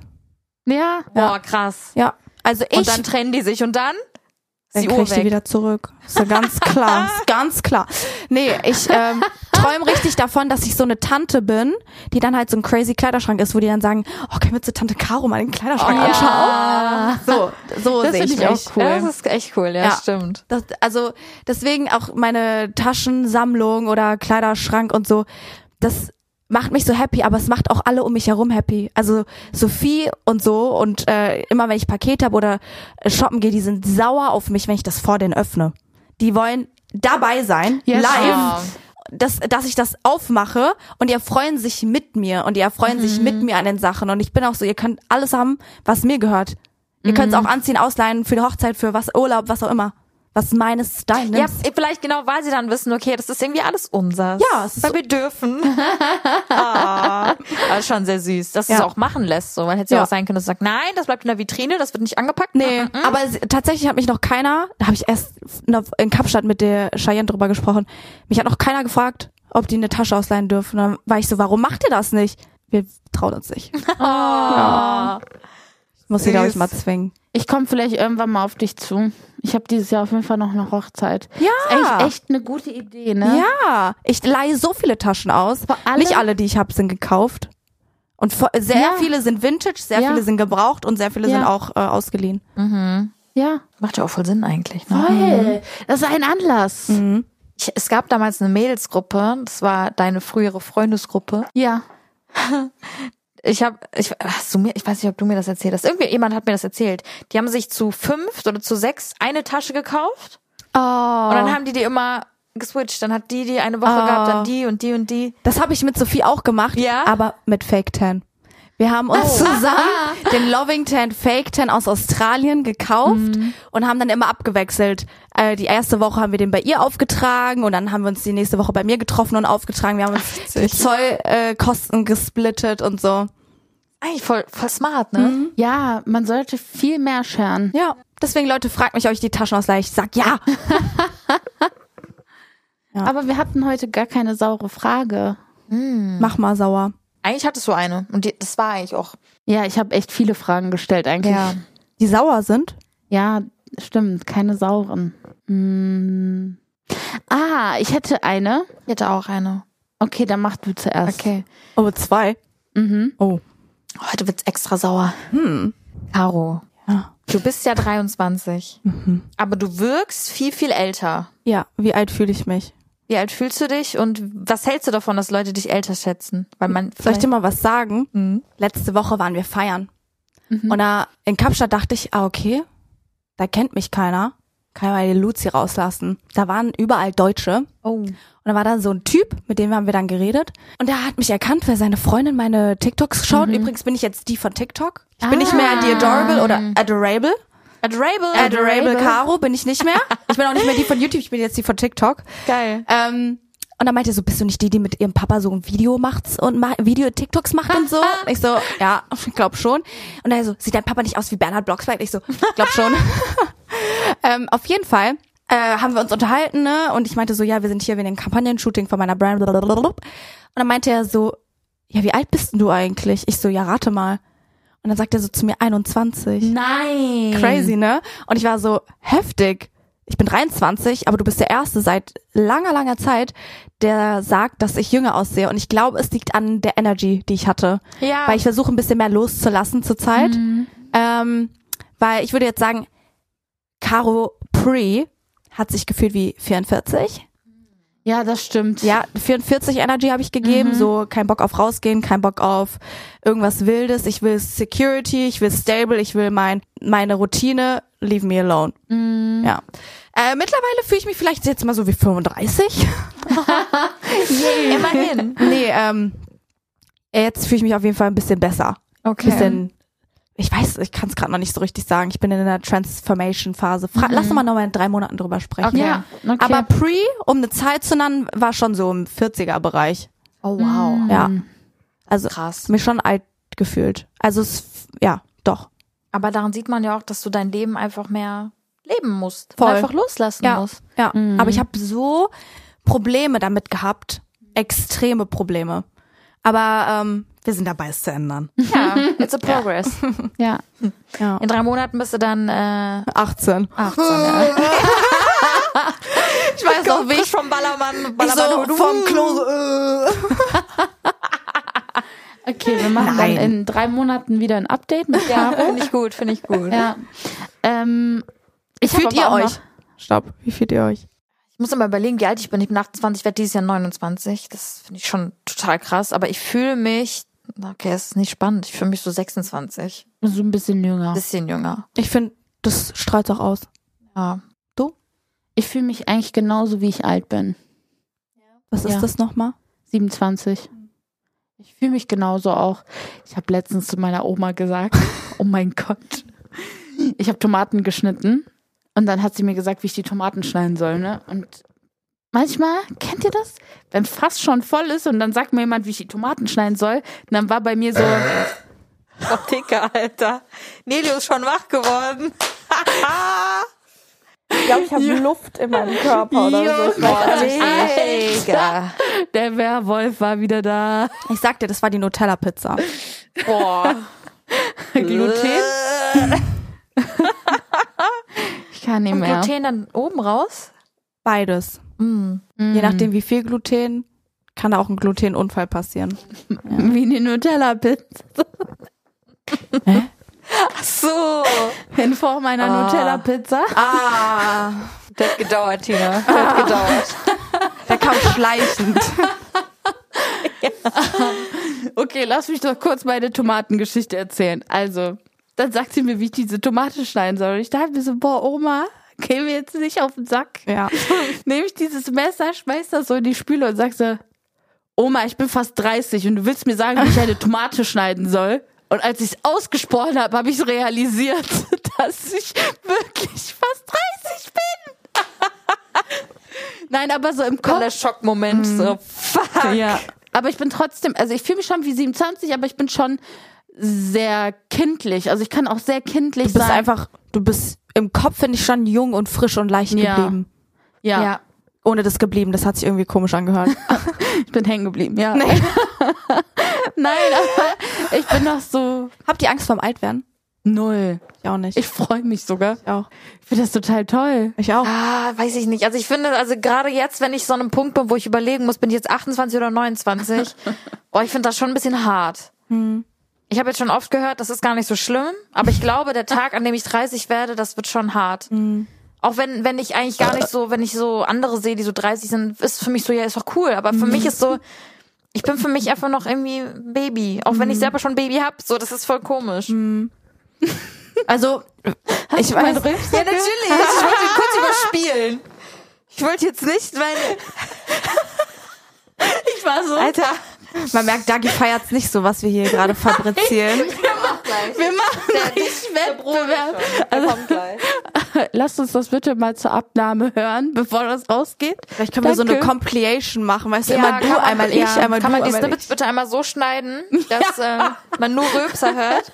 [SPEAKER 4] Ja.
[SPEAKER 2] Boah, krass.
[SPEAKER 3] Ja. Also ich,
[SPEAKER 2] Und dann trennen die sich und dann ist
[SPEAKER 3] dann
[SPEAKER 2] die
[SPEAKER 3] krieg
[SPEAKER 2] Uhr
[SPEAKER 3] ich die
[SPEAKER 2] weg.
[SPEAKER 3] wieder zurück. So ganz klar, ist ganz klar. Nee, ich ähm, träume richtig davon, dass ich so eine Tante bin, die dann halt so ein crazy Kleiderschrank ist, wo die dann sagen, oh, können wir zu Tante Caro mal den Kleiderschrank anschauen? So, Oh so
[SPEAKER 4] Das
[SPEAKER 3] sehe
[SPEAKER 4] finde
[SPEAKER 3] ich,
[SPEAKER 4] ich
[SPEAKER 3] mich.
[SPEAKER 4] auch cool.
[SPEAKER 2] Ja, das ist echt cool, ja,
[SPEAKER 3] Ja.
[SPEAKER 2] stimmt.
[SPEAKER 3] Das, also deswegen auch meine Taschensammlung oder Kleiderschrank und so, das macht mich so happy, aber es macht auch alle um mich herum happy. Also Sophie und so und äh, immer wenn ich Paket habe oder äh, shoppen gehe, die sind sauer auf mich, wenn ich das vor denen öffne. Die wollen dabei sein,
[SPEAKER 4] Ja,
[SPEAKER 2] Ah,
[SPEAKER 3] live,
[SPEAKER 2] stimmt.
[SPEAKER 3] dass, dass ich das aufmache und die erfreuen sich mit mir und die erfreuen sich mit mir an den Sachen und ich bin auch so, ihr könnt alles haben, was mir gehört. Ihr könnt es auch anziehen, ausleihen für die Hochzeit, für was Urlaub, was auch immer. Was meines ne? ist deines.
[SPEAKER 2] Ja, vielleicht genau, weil sie dann wissen, okay, das ist irgendwie alles unseres.
[SPEAKER 3] Ja, es ist
[SPEAKER 2] weil wir dürfen. ah, das ist schon sehr süß, dass sie
[SPEAKER 3] Ja.
[SPEAKER 2] es auch machen lässt. So, man hätte ja
[SPEAKER 3] Ja.
[SPEAKER 2] auch sein können, dass sie sagt, nein, das bleibt in der Vitrine, das wird nicht angepackt.
[SPEAKER 3] Nee, aber es, tatsächlich hat mich noch keiner, da habe ich erst noch in Kapstadt mit der Cheyenne drüber gesprochen, mich hat noch keiner gefragt, ob die eine Tasche ausleihen dürfen. Und dann war ich so, warum macht ihr das nicht? Wir trauen uns nicht. Ja. Ich muss sie, glaube ich,
[SPEAKER 2] Süß.
[SPEAKER 3] mal zwingen.
[SPEAKER 4] Ich komme vielleicht irgendwann mal auf dich zu. Ich habe dieses Jahr auf jeden Fall noch eine Hochzeit. Ist
[SPEAKER 3] Ja.
[SPEAKER 4] eigentlich echt eine gute Idee, ne?
[SPEAKER 3] Ja, ich leihe so viele Taschen aus.
[SPEAKER 4] allem-
[SPEAKER 3] Nicht alle, die ich habe, sind gekauft. Und vo- sehr
[SPEAKER 4] Ja.
[SPEAKER 3] viele sind Vintage, sehr
[SPEAKER 4] Ja.
[SPEAKER 3] viele sind gebraucht und sehr viele
[SPEAKER 4] Ja.
[SPEAKER 3] sind auch äh, ausgeliehen.
[SPEAKER 4] Ja. Mhm.
[SPEAKER 2] Macht ja auch voll Sinn eigentlich, ne?
[SPEAKER 4] Voll. Das ist ein Anlass.
[SPEAKER 2] Ich, es gab damals eine Mädelsgruppe, das war deine frühere Freundesgruppe.
[SPEAKER 4] Ja.
[SPEAKER 2] Ich habe, ich, hast du mir, ich weiß nicht, ob du mir das erzählt hast. Irgendwie jemand hat mir das erzählt. Die haben sich zu fünft oder zu sechs eine Tasche gekauft
[SPEAKER 4] Oh.
[SPEAKER 2] und dann haben die die immer geswitcht. Dann hat die die eine Woche
[SPEAKER 3] Oh.
[SPEAKER 2] gehabt, dann die und die und die.
[SPEAKER 3] Das habe ich mit Sophie auch gemacht,
[SPEAKER 2] Ja?
[SPEAKER 3] aber mit Fake Tan. Wir haben uns zusammen den Loving Tan Fake Tan aus Australien gekauft und haben dann immer abgewechselt. Äh, die erste Woche haben wir den bei ihr aufgetragen und dann haben wir uns die nächste Woche bei mir getroffen und aufgetragen. Wir haben uns die Zollkosten äh, Kosten gesplittet und so.
[SPEAKER 2] Eigentlich voll, voll smart, ne?
[SPEAKER 4] ja, man sollte viel mehr scheren.
[SPEAKER 3] Ja, deswegen Leute, fragt mich, ob ich die Taschen ausleihe. Ich sag ja.
[SPEAKER 4] Aber wir hatten heute gar keine saure Frage.
[SPEAKER 2] Mhm.
[SPEAKER 3] Mach mal sauer.
[SPEAKER 2] Hm. Eigentlich hattest du eine und die, das war eigentlich auch.
[SPEAKER 4] Ja, ich habe echt viele Fragen gestellt eigentlich.
[SPEAKER 3] Die sauer sind?
[SPEAKER 4] Ja, stimmt, keine sauren. Hm. Ah, ich hätte eine.
[SPEAKER 2] Ich hätte auch eine.
[SPEAKER 4] Okay, dann mach du zuerst.
[SPEAKER 2] Okay.
[SPEAKER 3] Oh, zwei.
[SPEAKER 4] Mhm.
[SPEAKER 3] Oh.
[SPEAKER 2] Heute wird's extra sauer. Hm. Caro,
[SPEAKER 3] Ja.
[SPEAKER 2] du bist ja 23, aber du wirkst viel, viel älter.
[SPEAKER 3] Ja, wie alt fühle ich mich?
[SPEAKER 2] Wie alt fühlst du dich und was hältst du davon, dass Leute dich älter schätzen? Weil man
[SPEAKER 3] Soll ich
[SPEAKER 2] vielleicht
[SPEAKER 3] dir mal was sagen?
[SPEAKER 2] Mhm.
[SPEAKER 3] Letzte Woche waren wir feiern. Und da in Kapstadt dachte ich, ah, okay, da kennt mich keiner. Kann ja mal die Luzi rauslassen. Da waren überall Deutsche.
[SPEAKER 2] oh.
[SPEAKER 3] Und da war da so ein Typ, mit dem haben wir dann geredet. Und der hat mich erkannt, weil seine Freundin meine TikToks schaut. Übrigens bin ich jetzt die von TikTok. Ich bin nicht mehr die Adorable oder Adorable.
[SPEAKER 2] Mhm. Adorable.
[SPEAKER 3] Adorable Caro bin ich nicht mehr. Ich bin auch nicht mehr die von YouTube, ich bin jetzt die von TikTok.
[SPEAKER 2] Geil.
[SPEAKER 3] Ähm, und dann meinte er so, bist du nicht die, die mit ihrem Papa so ein Video macht und ma Video-TikToks macht und so? Und ich so, ja, ich glaub schon. Und er so, sieht dein Papa nicht aus wie Bernhard Blocksberg? Ich so, ich glaub schon. ähm, auf jeden Fall äh, haben wir uns unterhalten, ne? Und ich meinte so, ja, wir sind hier wegen dem Kampagnen-Shooting von meiner Brand. blablabla. Und dann meinte er so, ja, wie alt bist denn du eigentlich? Ich so, ja, rate mal. Und dann sagt er so zu mir, 21
[SPEAKER 2] Nein.
[SPEAKER 3] crazy, ne? Und ich war so heftig. Ich bin 23, aber du bist der Erste seit langer, langer Zeit, der sagt, dass ich jünger aussehe. Und ich glaube, es liegt an der Energy, die ich hatte.
[SPEAKER 2] Ja.
[SPEAKER 3] Weil ich versuche, ein bisschen mehr loszulassen zurzeit. Ähm, weil ich würde jetzt sagen, Caro Pre hat sich gefühlt wie 44.
[SPEAKER 4] Ja, das stimmt.
[SPEAKER 3] Ja, 44 Energy habe ich gegeben,
[SPEAKER 2] Mhm.
[SPEAKER 3] so kein Bock auf rausgehen, kein Bock auf irgendwas Wildes. Ich will Security, ich will Stable, ich will mein meine Routine. Leave me alone.
[SPEAKER 2] Mhm.
[SPEAKER 3] Ja. Äh, mittlerweile fühle ich mich vielleicht jetzt mal so wie 35.
[SPEAKER 2] Immerhin.
[SPEAKER 3] nee, ähm, jetzt fühle ich mich auf jeden Fall ein bisschen besser.
[SPEAKER 2] Okay.
[SPEAKER 3] Bisschen. Ich weiß, ich kann es gerade noch nicht so richtig sagen. Ich bin in einer Transformation-Phase. Fra- Lass doch mal nochmal in drei Monaten drüber sprechen.
[SPEAKER 2] Mhm. Okay.
[SPEAKER 4] Ja, okay.
[SPEAKER 3] Aber pre, um eine Zahl zu nennen, war schon so im 40er-Bereich.
[SPEAKER 2] Oh wow.
[SPEAKER 4] Hm.
[SPEAKER 3] Ja. Also
[SPEAKER 2] Krass.
[SPEAKER 3] mich schon alt gefühlt. Also es, ja, doch.
[SPEAKER 2] Aber daran sieht man ja auch, dass du dein Leben einfach mehr leben musst.
[SPEAKER 3] Voll.
[SPEAKER 2] Einfach loslassen
[SPEAKER 3] Ja.
[SPEAKER 2] musst.
[SPEAKER 3] Ja. Aber ich habe so Probleme damit gehabt. Extreme Probleme. Aber ähm, wir sind dabei, es zu ändern.
[SPEAKER 2] Ja. It's a progress.
[SPEAKER 4] ja.
[SPEAKER 3] Ja. Ah.
[SPEAKER 2] In drei Monaten bist du dann äh,
[SPEAKER 3] 18.
[SPEAKER 2] 18. Ja.
[SPEAKER 3] Ich weiß noch, wie ich,
[SPEAKER 2] vom Ballermann,
[SPEAKER 3] ich so vom Klo. Äh.
[SPEAKER 4] Okay, wir machen
[SPEAKER 3] Nein.
[SPEAKER 4] dann in drei Monaten wieder ein Update mit
[SPEAKER 2] Ja,
[SPEAKER 4] Caro.
[SPEAKER 2] finde ich gut, finde ich gut.
[SPEAKER 3] Äh,
[SPEAKER 4] Ja. Ähm, ich hab
[SPEAKER 3] Fühlt
[SPEAKER 4] aber
[SPEAKER 3] ihr
[SPEAKER 4] auch
[SPEAKER 3] euch?
[SPEAKER 4] Noch,
[SPEAKER 3] Stopp, wie fühlt ihr euch?
[SPEAKER 2] Ich muss immer überlegen, wie alt ich bin. Ich bin 28, werde dieses Jahr 29. Das finde ich schon total krass. Aber ich fühle mich, okay, es ist nicht spannend. Ich fühle mich so 26.
[SPEAKER 4] so ein bisschen jünger.
[SPEAKER 2] Bisschen jünger.
[SPEAKER 3] Ich finde, das strahlt auch aus.
[SPEAKER 2] Ja.
[SPEAKER 4] Ich fühle mich eigentlich genauso, wie ich alt bin.
[SPEAKER 3] Was ist
[SPEAKER 4] Ja.
[SPEAKER 3] das nochmal?
[SPEAKER 4] 27. Ich fühle mich genauso auch. Ich habe letztens zu meiner Oma gesagt, oh mein Gott, ich habe Tomaten geschnitten und dann hat sie mir gesagt, wie ich die Tomaten schneiden soll. Ne? Und manchmal, kennt ihr das? Wenn fast schon voll ist und dann sagt mir jemand, wie ich die Tomaten schneiden soll, und dann war bei mir so,
[SPEAKER 2] Oh, Dicker, Alter. Nelio ist schon wach geworden.
[SPEAKER 3] Ich glaube, ich habe Luft in meinem Körper
[SPEAKER 4] oder so. Ich weiß nicht.
[SPEAKER 2] Digga.
[SPEAKER 4] der Werwolf war wieder da.
[SPEAKER 3] Ich sag dir, das war die Nutella-Pizza.
[SPEAKER 2] Boah. Äh.
[SPEAKER 4] Gluten? Ich kann nicht
[SPEAKER 2] Und
[SPEAKER 4] mehr.
[SPEAKER 2] Gluten dann oben raus?
[SPEAKER 3] Beides.
[SPEAKER 2] Mm.
[SPEAKER 3] Je nachdem, wie viel Gluten, kann da auch ein Glutenunfall passieren.
[SPEAKER 4] Wie eine Nutella-Pizza.
[SPEAKER 2] Ach so.
[SPEAKER 4] In Form einer Nutella-Pizza.
[SPEAKER 2] Ah. Das hat gedauert, Tina. Das hat gedauert.
[SPEAKER 3] kam schleichend.
[SPEAKER 4] Okay, lass mich doch kurz meine Tomatengeschichte erzählen. Also, dann sagt sie mir, wie ich diese Tomate schneiden soll. Und ich dachte mir so, boah, Oma, geh mir jetzt nicht auf den Sack.
[SPEAKER 3] Ja.
[SPEAKER 4] Nehme ich dieses Messer, schmeiß das so in die Spüle und sag so, Oma, ich bin fast 30 und du willst mir sagen, wie ich eine Tomate schneiden soll? Und als ich es ausgesprochen habe, habe ich realisiert, dass ich wirklich fast 30 bin. Nein, aber so im
[SPEAKER 2] Voll
[SPEAKER 4] Kopf.
[SPEAKER 2] der Schockmoment. So, fuck.
[SPEAKER 4] Ja. Aber ich bin trotzdem, also ich fühle mich schon wie 27, aber ich bin schon sehr kindlich. Also ich kann auch sehr kindlich
[SPEAKER 3] Du bist
[SPEAKER 4] sein.
[SPEAKER 3] einfach, du bist im Kopf, finde ich, schon jung und frisch und leicht
[SPEAKER 4] Ja.
[SPEAKER 3] geblieben.
[SPEAKER 4] ja.
[SPEAKER 1] Ja.
[SPEAKER 3] Ohne das geblieben, das hat sich irgendwie komisch angehört.
[SPEAKER 4] ich bin hängen geblieben. Ja. Nein, aber ich bin noch so
[SPEAKER 3] Habt ihr Angst vorm Altwerden?
[SPEAKER 4] null.
[SPEAKER 3] Ich auch nicht.
[SPEAKER 4] Ich freue mich sogar.
[SPEAKER 3] Ich auch.
[SPEAKER 4] Ich finde das total toll.
[SPEAKER 3] Ich auch.
[SPEAKER 2] Ah, weiß ich nicht. Also ich finde, also gerade jetzt, wenn ich so an einem Punkt bin, wo ich überlegen muss, bin ich jetzt 28 oder 29, boah, ich finde das schon ein bisschen hart. Hm. Ich habe jetzt schon oft gehört, das ist gar nicht so schlimm, aber ich glaube, der Tag, an dem ich 30 werde, das wird schon hart. Auch wenn, wenn ich eigentlich gar nicht so, wenn ich so andere sehe, die so 30 sind, ist für mich so, ja, ist doch cool, aber für mich ist so, ich bin für mich einfach noch irgendwie Baby. Auch wenn ich selber schon Baby hab, so, das ist voll komisch.
[SPEAKER 3] Also, ich weiß.
[SPEAKER 2] Ja, natürlich. Ich wollte ihn kurz überspielen. Ich wollte jetzt nicht, weil. Ich war so. Alter.
[SPEAKER 3] Man merkt, Dagi feiert's nicht so, was wir hier gerade fabrizieren.
[SPEAKER 4] Wir machen nicht Wettbewerb. Lasst uns das bitte mal zur Abnahme hören, bevor das rausgeht.
[SPEAKER 3] Vielleicht können wir so eine
[SPEAKER 4] Danke.
[SPEAKER 3] Compilation machen, weißt du,
[SPEAKER 2] Ja,
[SPEAKER 3] immer
[SPEAKER 2] kann
[SPEAKER 3] du,
[SPEAKER 2] man-
[SPEAKER 3] einmal ich,
[SPEAKER 2] ja,
[SPEAKER 3] einmal
[SPEAKER 2] Kann
[SPEAKER 3] du,
[SPEAKER 2] man die
[SPEAKER 3] einmal
[SPEAKER 2] Snippets bitte einmal so schneiden, dass ähm, man nur Röpser hört?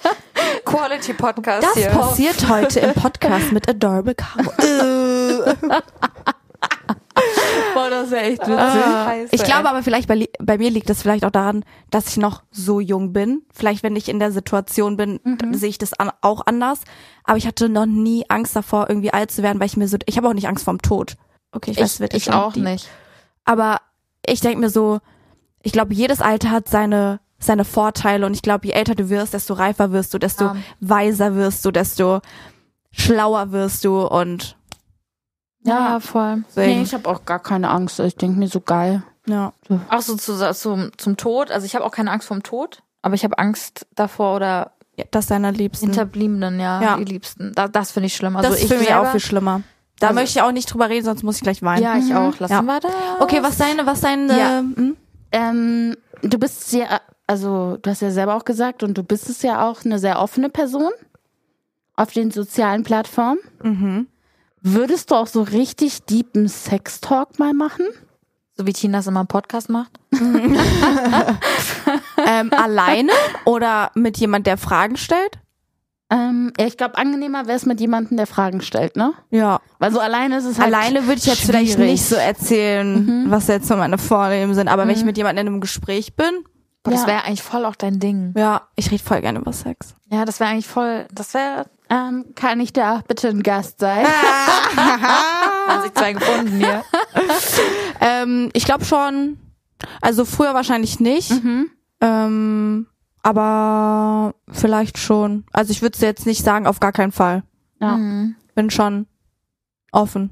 [SPEAKER 2] Quality Podcast
[SPEAKER 3] Das
[SPEAKER 2] hier.
[SPEAKER 3] passiert heute im Podcast mit Adorable Caro.
[SPEAKER 4] Boah, das wäre echt witzig.
[SPEAKER 2] Ah.
[SPEAKER 3] Ich glaube aber vielleicht bei, li- bei mir liegt das vielleicht auch daran, dass ich noch so jung bin. Vielleicht wenn ich in der Situation bin,
[SPEAKER 2] Mhm.
[SPEAKER 3] dann sehe ich das an, auch anders. Aber ich hatte noch nie Angst davor, irgendwie alt zu werden, weil ich mir so, ich habe auch nicht Angst vorm Tod. Okay, ich, weiß, es wird jetzt
[SPEAKER 2] ich
[SPEAKER 3] schon
[SPEAKER 2] auch
[SPEAKER 3] deep.
[SPEAKER 2] nicht.
[SPEAKER 3] Aber ich denke mir so, ich glaube, jedes Alter hat seine, seine Vorteile und ich glaube, je älter du wirst, desto reifer wirst du, desto
[SPEAKER 2] Ja.
[SPEAKER 3] weiser wirst du, desto schlauer wirst du und
[SPEAKER 4] Ja,
[SPEAKER 2] voll.
[SPEAKER 3] deswegen,
[SPEAKER 4] Nee, ich habe auch gar keine Angst. Ich denke mir so geil.
[SPEAKER 3] ja.
[SPEAKER 2] Auch so zu, zum, zum Tod. Also ich habe auch keine Angst vorm Tod, aber ich habe Angst davor oder
[SPEAKER 3] Ja, das deiner Liebsten.
[SPEAKER 2] Hinterbliebenen, ja,
[SPEAKER 3] Hm. Ja.
[SPEAKER 2] die Liebsten. Da, das finde ich schlimm. Also
[SPEAKER 3] das
[SPEAKER 2] ich
[SPEAKER 3] ist für mich
[SPEAKER 2] selber,
[SPEAKER 3] auch viel schlimmer. Da
[SPEAKER 2] Also-
[SPEAKER 3] möchte ich auch nicht drüber reden, sonst muss ich gleich weinen.
[SPEAKER 2] Ja, ich auch. Lassen
[SPEAKER 3] Ja.
[SPEAKER 2] wir da.
[SPEAKER 3] Okay, was deine, was deine,
[SPEAKER 4] Ja.
[SPEAKER 3] hm?
[SPEAKER 4] Ähm, du bist sehr, also du hast ja selber auch gesagt und du bist es ja auch eine sehr offene Person auf den sozialen Plattformen.
[SPEAKER 3] Mhm.
[SPEAKER 4] Würdest du auch so richtig deepen Sex-Talk mal machen?
[SPEAKER 2] So wie Tina es immer im Podcast macht.
[SPEAKER 3] ähm, alleine oder mit jemand, der Fragen stellt?
[SPEAKER 4] Ähm, ja, ich glaube, angenehmer wäre es mit jemandem, der Fragen stellt, ne?
[SPEAKER 3] Ja.
[SPEAKER 4] Weil so alleine ist es halt
[SPEAKER 3] Alleine würde ich jetzt vielleicht
[SPEAKER 4] schwierig.
[SPEAKER 3] nicht so erzählen, was jetzt so meine Vorlieben sind, aber wenn ich mit jemandem in einem Gespräch bin,
[SPEAKER 2] Boah, Das
[SPEAKER 4] Ja.
[SPEAKER 2] wäre eigentlich voll auch dein Ding.
[SPEAKER 3] ja, ich rede voll gerne über Sex.
[SPEAKER 2] Ja, das wäre eigentlich voll, das wäre,
[SPEAKER 4] Ähm, kann ich da bitte ein Gast sein?
[SPEAKER 3] Ah,
[SPEAKER 2] haben sich zwei gefunden hier.
[SPEAKER 3] Ähm, ich glaube schon, also früher wahrscheinlich nicht, ähm, aber vielleicht schon. Also ich würde es jetzt nicht sagen, auf gar keinen Fall.
[SPEAKER 4] Ja.
[SPEAKER 2] Mhm.
[SPEAKER 3] Bin schon offen.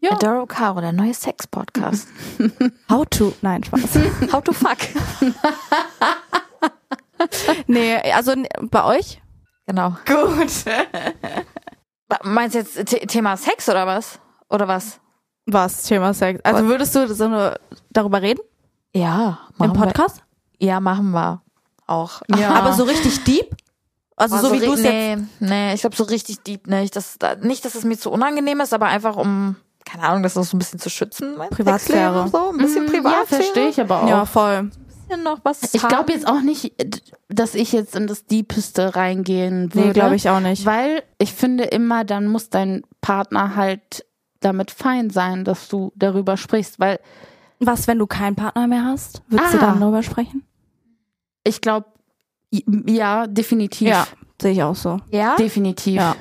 [SPEAKER 4] Ja.
[SPEAKER 2] Adoro Caro, der neue Sex-Podcast.
[SPEAKER 3] How to? Nein, Spaß.
[SPEAKER 2] How to fuck.
[SPEAKER 3] nee, also n- bei euch?
[SPEAKER 2] Genau.
[SPEAKER 3] Gut.
[SPEAKER 2] Meinst du jetzt The- Thema Sex oder was? Oder was?
[SPEAKER 3] Was, Thema Sex? Also würdest du so eine, darüber reden?
[SPEAKER 2] Ja,
[SPEAKER 3] Im Podcast?
[SPEAKER 2] Wir. Ja, machen wir. Auch.
[SPEAKER 3] Aber so richtig deep? Also so, wie du es jetzt...
[SPEAKER 2] nee, Nee, ich glaube so richtig deep nicht. Das, da- nicht, dass es mir zu unangenehm ist, aber einfach um, keine Ahnung, das noch so ein bisschen zu schützen. mein
[SPEAKER 3] Privatsphäre.
[SPEAKER 2] Sexleben, So, ein bisschen
[SPEAKER 4] Hm, ja,
[SPEAKER 2] Privatsphäre.
[SPEAKER 4] verstehe ich aber auch.
[SPEAKER 3] Ja, voll.
[SPEAKER 2] Bisschen noch was
[SPEAKER 4] Ich
[SPEAKER 2] haben.
[SPEAKER 4] glaube jetzt auch nicht, dass ich jetzt in das Diepeste reingehen würde.
[SPEAKER 3] Nee, glaube ich auch nicht.
[SPEAKER 4] Weil ich finde immer, dann muss dein Partner halt damit fein sein, dass du darüber sprichst, weil
[SPEAKER 3] Was, wenn du keinen Partner mehr hast? Würdest du
[SPEAKER 4] Ah.
[SPEAKER 3] dann darüber sprechen?
[SPEAKER 4] ich glaube, ja, definitiv.
[SPEAKER 3] Sehe ich auch so.
[SPEAKER 2] Ja?
[SPEAKER 4] Definitiv.
[SPEAKER 3] Ja.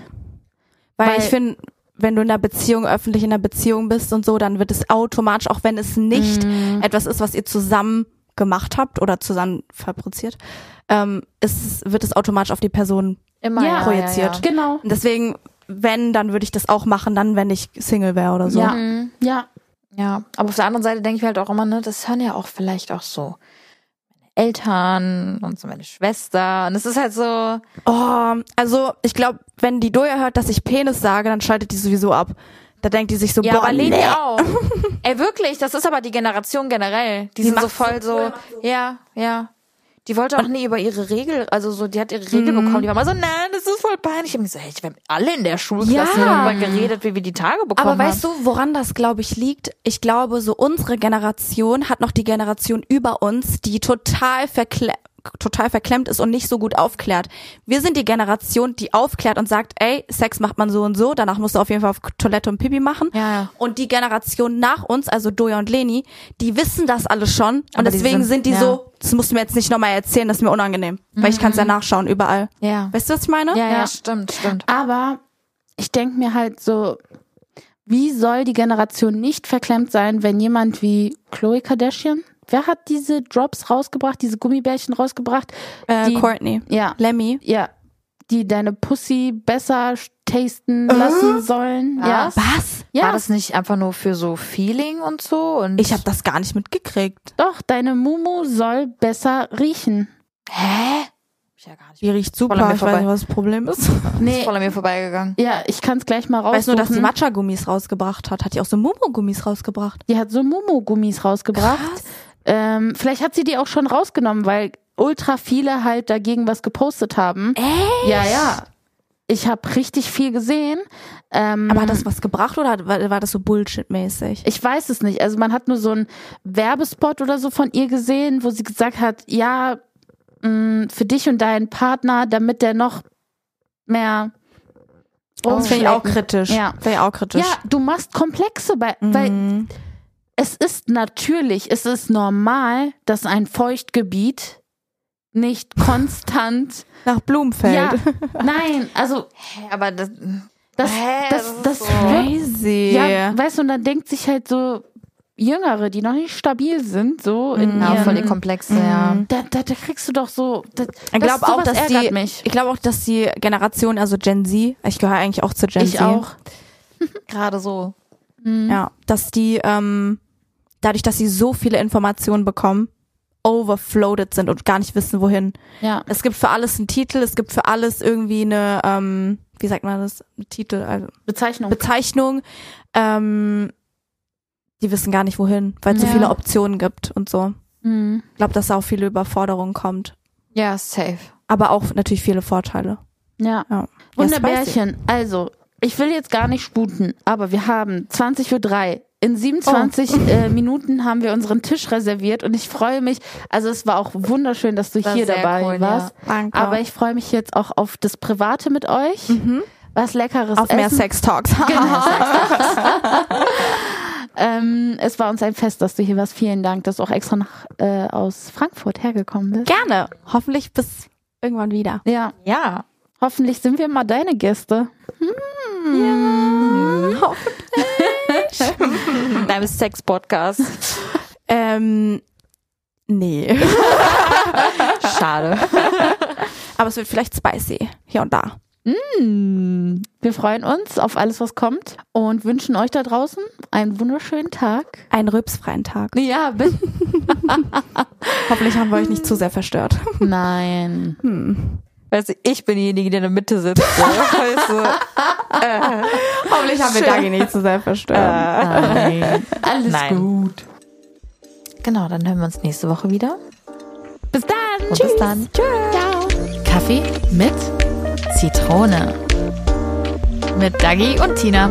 [SPEAKER 3] Weil,
[SPEAKER 4] Weil-
[SPEAKER 3] ich finde, wenn du in einer Beziehung, öffentlich in einer Beziehung bist und so, dann wird es automatisch, auch wenn es nicht etwas ist, was ihr zusammen gemacht habt oder zusammen fabriziert, ähm, ist, wird es automatisch auf die Person.
[SPEAKER 2] Immer
[SPEAKER 4] Ja.
[SPEAKER 3] Projiziert.
[SPEAKER 4] Genau.
[SPEAKER 2] Mhm.
[SPEAKER 3] Und deswegen, wenn, dann würde ich das auch machen, dann, wenn ich Single wäre oder so.
[SPEAKER 4] Ja. Ja.
[SPEAKER 2] Ja, aber auf der anderen Seite denke ich mir halt auch immer, ne, das hören ja auch vielleicht auch so meine Eltern und so meine Schwester. Und es ist halt so,
[SPEAKER 3] Oh, also ich glaube, wenn die Doja hört, dass ich Penis sage, dann schaltet die sowieso ab. Da denkt die sich so,
[SPEAKER 2] ja,
[SPEAKER 3] boah,
[SPEAKER 2] aber Leni
[SPEAKER 3] nee.
[SPEAKER 2] auch. Ey, wirklich, das ist aber die Generation generell. Die, sind so voll so, ja, ja. Die wollte auch nie über ihre Regel, also so, die hat ihre Regel bekommen. Die war mal so, nein, das ist voll peinlich. Ich hab mir so, hey, ich haben alle in der Schulklasse
[SPEAKER 3] Ja.
[SPEAKER 2] darüber geredet, wie wir die Tage bekommen
[SPEAKER 3] Aber weißt du, woran das, glaube ich, liegt? Ich glaube, so unsere Generation hat noch die Generation über uns, die total verkle total verklemmt ist und nicht so gut aufklärt. Wir sind die Generation, die aufklärt und sagt, ey, Sex macht man so und so, danach musst du auf jeden Fall auf Toilette und Pipi machen.
[SPEAKER 2] Ja, ja.
[SPEAKER 3] Und die Generation nach uns, also Doja und Leni, die wissen das alles schon und
[SPEAKER 2] Aber die
[SPEAKER 3] deswegen
[SPEAKER 2] sind-
[SPEAKER 3] sind, die
[SPEAKER 2] ja.
[SPEAKER 3] so, das musst du mir jetzt nicht nochmal erzählen, das ist mir unangenehm, weil ich kann es ja nachschauen überall.
[SPEAKER 2] du? Ja.
[SPEAKER 3] Weißt du, was ich meine?
[SPEAKER 2] Ja, ja,
[SPEAKER 4] Ja.
[SPEAKER 2] stimmt, stimmt.
[SPEAKER 4] Aber ich denke mir halt so, wie soll die Generation nicht verklemmt sein, wenn jemand wie Chloe Kardashian, wer hat diese Drops rausgebracht, diese Gummibärchen rausgebracht?
[SPEAKER 3] Äh,
[SPEAKER 4] Die-
[SPEAKER 3] Courtney,
[SPEAKER 4] Ja,
[SPEAKER 3] Lemmy.
[SPEAKER 4] ja, die deine Pussy besser tasten lassen sollen. Ja,
[SPEAKER 2] Was?
[SPEAKER 3] Was?
[SPEAKER 4] ja
[SPEAKER 2] War das nicht einfach nur für so Feeling und so? Und
[SPEAKER 3] Ich habe das gar nicht mitgekriegt.
[SPEAKER 4] doch, deine Mumu soll besser riechen.
[SPEAKER 2] Hä? Ich ja gar nicht.
[SPEAKER 3] Die riecht super.
[SPEAKER 2] Voll an mir
[SPEAKER 3] Ich weiß
[SPEAKER 2] vorbei.
[SPEAKER 3] nicht, was das Problem ist.
[SPEAKER 2] Nee. Ist voll an mir vorbeigegangen.
[SPEAKER 4] Ja, ich kann es gleich mal raussuchen.
[SPEAKER 3] Weißt nur, dass die Matcha-Gummis rausgebracht hat. Hat die auch so Momo-Gummis rausgebracht?
[SPEAKER 4] Die hat so Momo-Gummis rausgebracht. Ähm, vielleicht hat sie die auch schon rausgenommen, weil ultra viele halt dagegen was gepostet haben. Echt? Ja, ja. Ich habe richtig viel gesehen. Ähm,
[SPEAKER 3] Aber hat das was gebracht oder hat- war, war das so Bullshit-mäßig?
[SPEAKER 4] ich weiß es nicht. Also man hat nur so einen Werbespot oder so von ihr gesehen, wo sie gesagt hat, ja, mh, für dich und deinen Partner, damit der noch mehr.
[SPEAKER 3] Oh, Das finde ich auch
[SPEAKER 4] rumschlägt.
[SPEAKER 3] kritisch.
[SPEAKER 4] Ja.
[SPEAKER 3] Finde ich auch kritisch.
[SPEAKER 4] Ja, du machst Komplexe bei,
[SPEAKER 3] Mhm.
[SPEAKER 4] weil es ist natürlich, es ist normal, dass ein Feuchtgebiet nicht konstant.
[SPEAKER 3] Nach Blumenfeld.
[SPEAKER 4] ja, nein, also
[SPEAKER 2] Hä, aber das.
[SPEAKER 4] das,
[SPEAKER 2] Hä,
[SPEAKER 4] das,
[SPEAKER 2] das ist
[SPEAKER 4] das,
[SPEAKER 2] so-
[SPEAKER 4] wirkt,
[SPEAKER 3] Crazy.
[SPEAKER 4] ja, weißt du, und dann denkt sich halt so Jüngere, die noch nicht stabil sind, so in
[SPEAKER 3] Mhm.
[SPEAKER 2] Ja,
[SPEAKER 4] ihren,
[SPEAKER 2] genau, voll die Komplexe, ja.
[SPEAKER 4] da, da, da kriegst du doch so. Da,
[SPEAKER 3] Ich
[SPEAKER 4] das,
[SPEAKER 3] glaube auch,
[SPEAKER 4] sowas
[SPEAKER 3] dass die,
[SPEAKER 4] ärgert mich.
[SPEAKER 3] ich glaube auch, dass die Generation, also Gen Z, ich gehöre eigentlich auch zu Gen
[SPEAKER 4] Ich
[SPEAKER 3] Z.
[SPEAKER 4] auch. Mhm.
[SPEAKER 2] Gerade so.
[SPEAKER 3] Ja, dass die, ähm, dadurch, dass sie so viele Informationen bekommen, overfloated sind und gar nicht wissen, wohin.
[SPEAKER 4] Ja.
[SPEAKER 3] Es gibt für alles einen Titel, es gibt für alles irgendwie eine, ähm, wie sagt man das? Ein Titel, also
[SPEAKER 4] Bezeichnung.
[SPEAKER 3] Bezeichnung. Ähm, die wissen gar nicht wohin, weil es
[SPEAKER 4] Ja.
[SPEAKER 3] so viele Optionen gibt und so.
[SPEAKER 4] Mhm.
[SPEAKER 3] Ich glaube, dass da auch viele Überforderung kommt.
[SPEAKER 2] Ja, safe.
[SPEAKER 3] Aber auch natürlich viele Vorteile.
[SPEAKER 4] Ja.
[SPEAKER 3] Ja.
[SPEAKER 4] Wunderbärchen. also, ich will jetzt gar nicht sputen, aber wir haben 20.03 Uhr. In 27
[SPEAKER 3] Oh.
[SPEAKER 4] äh, Minuten haben wir unseren Tisch reserviert und ich freue mich. Also, es war auch wunderschön, dass du
[SPEAKER 2] War
[SPEAKER 4] hier
[SPEAKER 2] sehr
[SPEAKER 4] dabei
[SPEAKER 2] cool,
[SPEAKER 4] warst.
[SPEAKER 3] Danke. Mhm.
[SPEAKER 4] Aber ich freue mich jetzt auch auf das Private mit euch. Was Leckeres
[SPEAKER 3] auf mehr
[SPEAKER 4] essen.
[SPEAKER 3] Sex Talks.
[SPEAKER 4] Ähm, es war uns ein Fest, dass du hier warst. Vielen Dank, dass du auch extra nach, äh, aus Frankfurt hergekommen bist.
[SPEAKER 3] Gerne. Hoffentlich bis irgendwann wieder.
[SPEAKER 4] Ja,
[SPEAKER 2] Ja.
[SPEAKER 4] hoffentlich sind wir mal deine Gäste. Hm.
[SPEAKER 3] Mhm.
[SPEAKER 2] In deinem Sex-Podcast.
[SPEAKER 3] Ähm, nee.
[SPEAKER 2] Schade.
[SPEAKER 3] Aber es wird vielleicht spicy. Hier und da.
[SPEAKER 4] Wir freuen uns auf alles, was kommt und wünschen euch da draußen einen wunderschönen Tag.
[SPEAKER 3] Einen rübsfreien Tag.
[SPEAKER 4] Ja, bis.
[SPEAKER 3] Hoffentlich haben wir euch nicht zu sehr verstört.
[SPEAKER 4] Nein.
[SPEAKER 2] Weißt du, ich bin diejenige, die in der Mitte sitzt. So. Weißt du?
[SPEAKER 3] Hoffentlich haben wir Dagi nicht zu sehr verstört.
[SPEAKER 2] Ah, Nein.
[SPEAKER 4] Alles
[SPEAKER 2] Nein.
[SPEAKER 4] gut.
[SPEAKER 2] Genau, dann hören wir uns nächste Woche wieder.
[SPEAKER 4] Bis dann.
[SPEAKER 2] Und bis dann.
[SPEAKER 4] Ciao.
[SPEAKER 1] Kaffee mit Zitrone. Mit Dagi und Tina.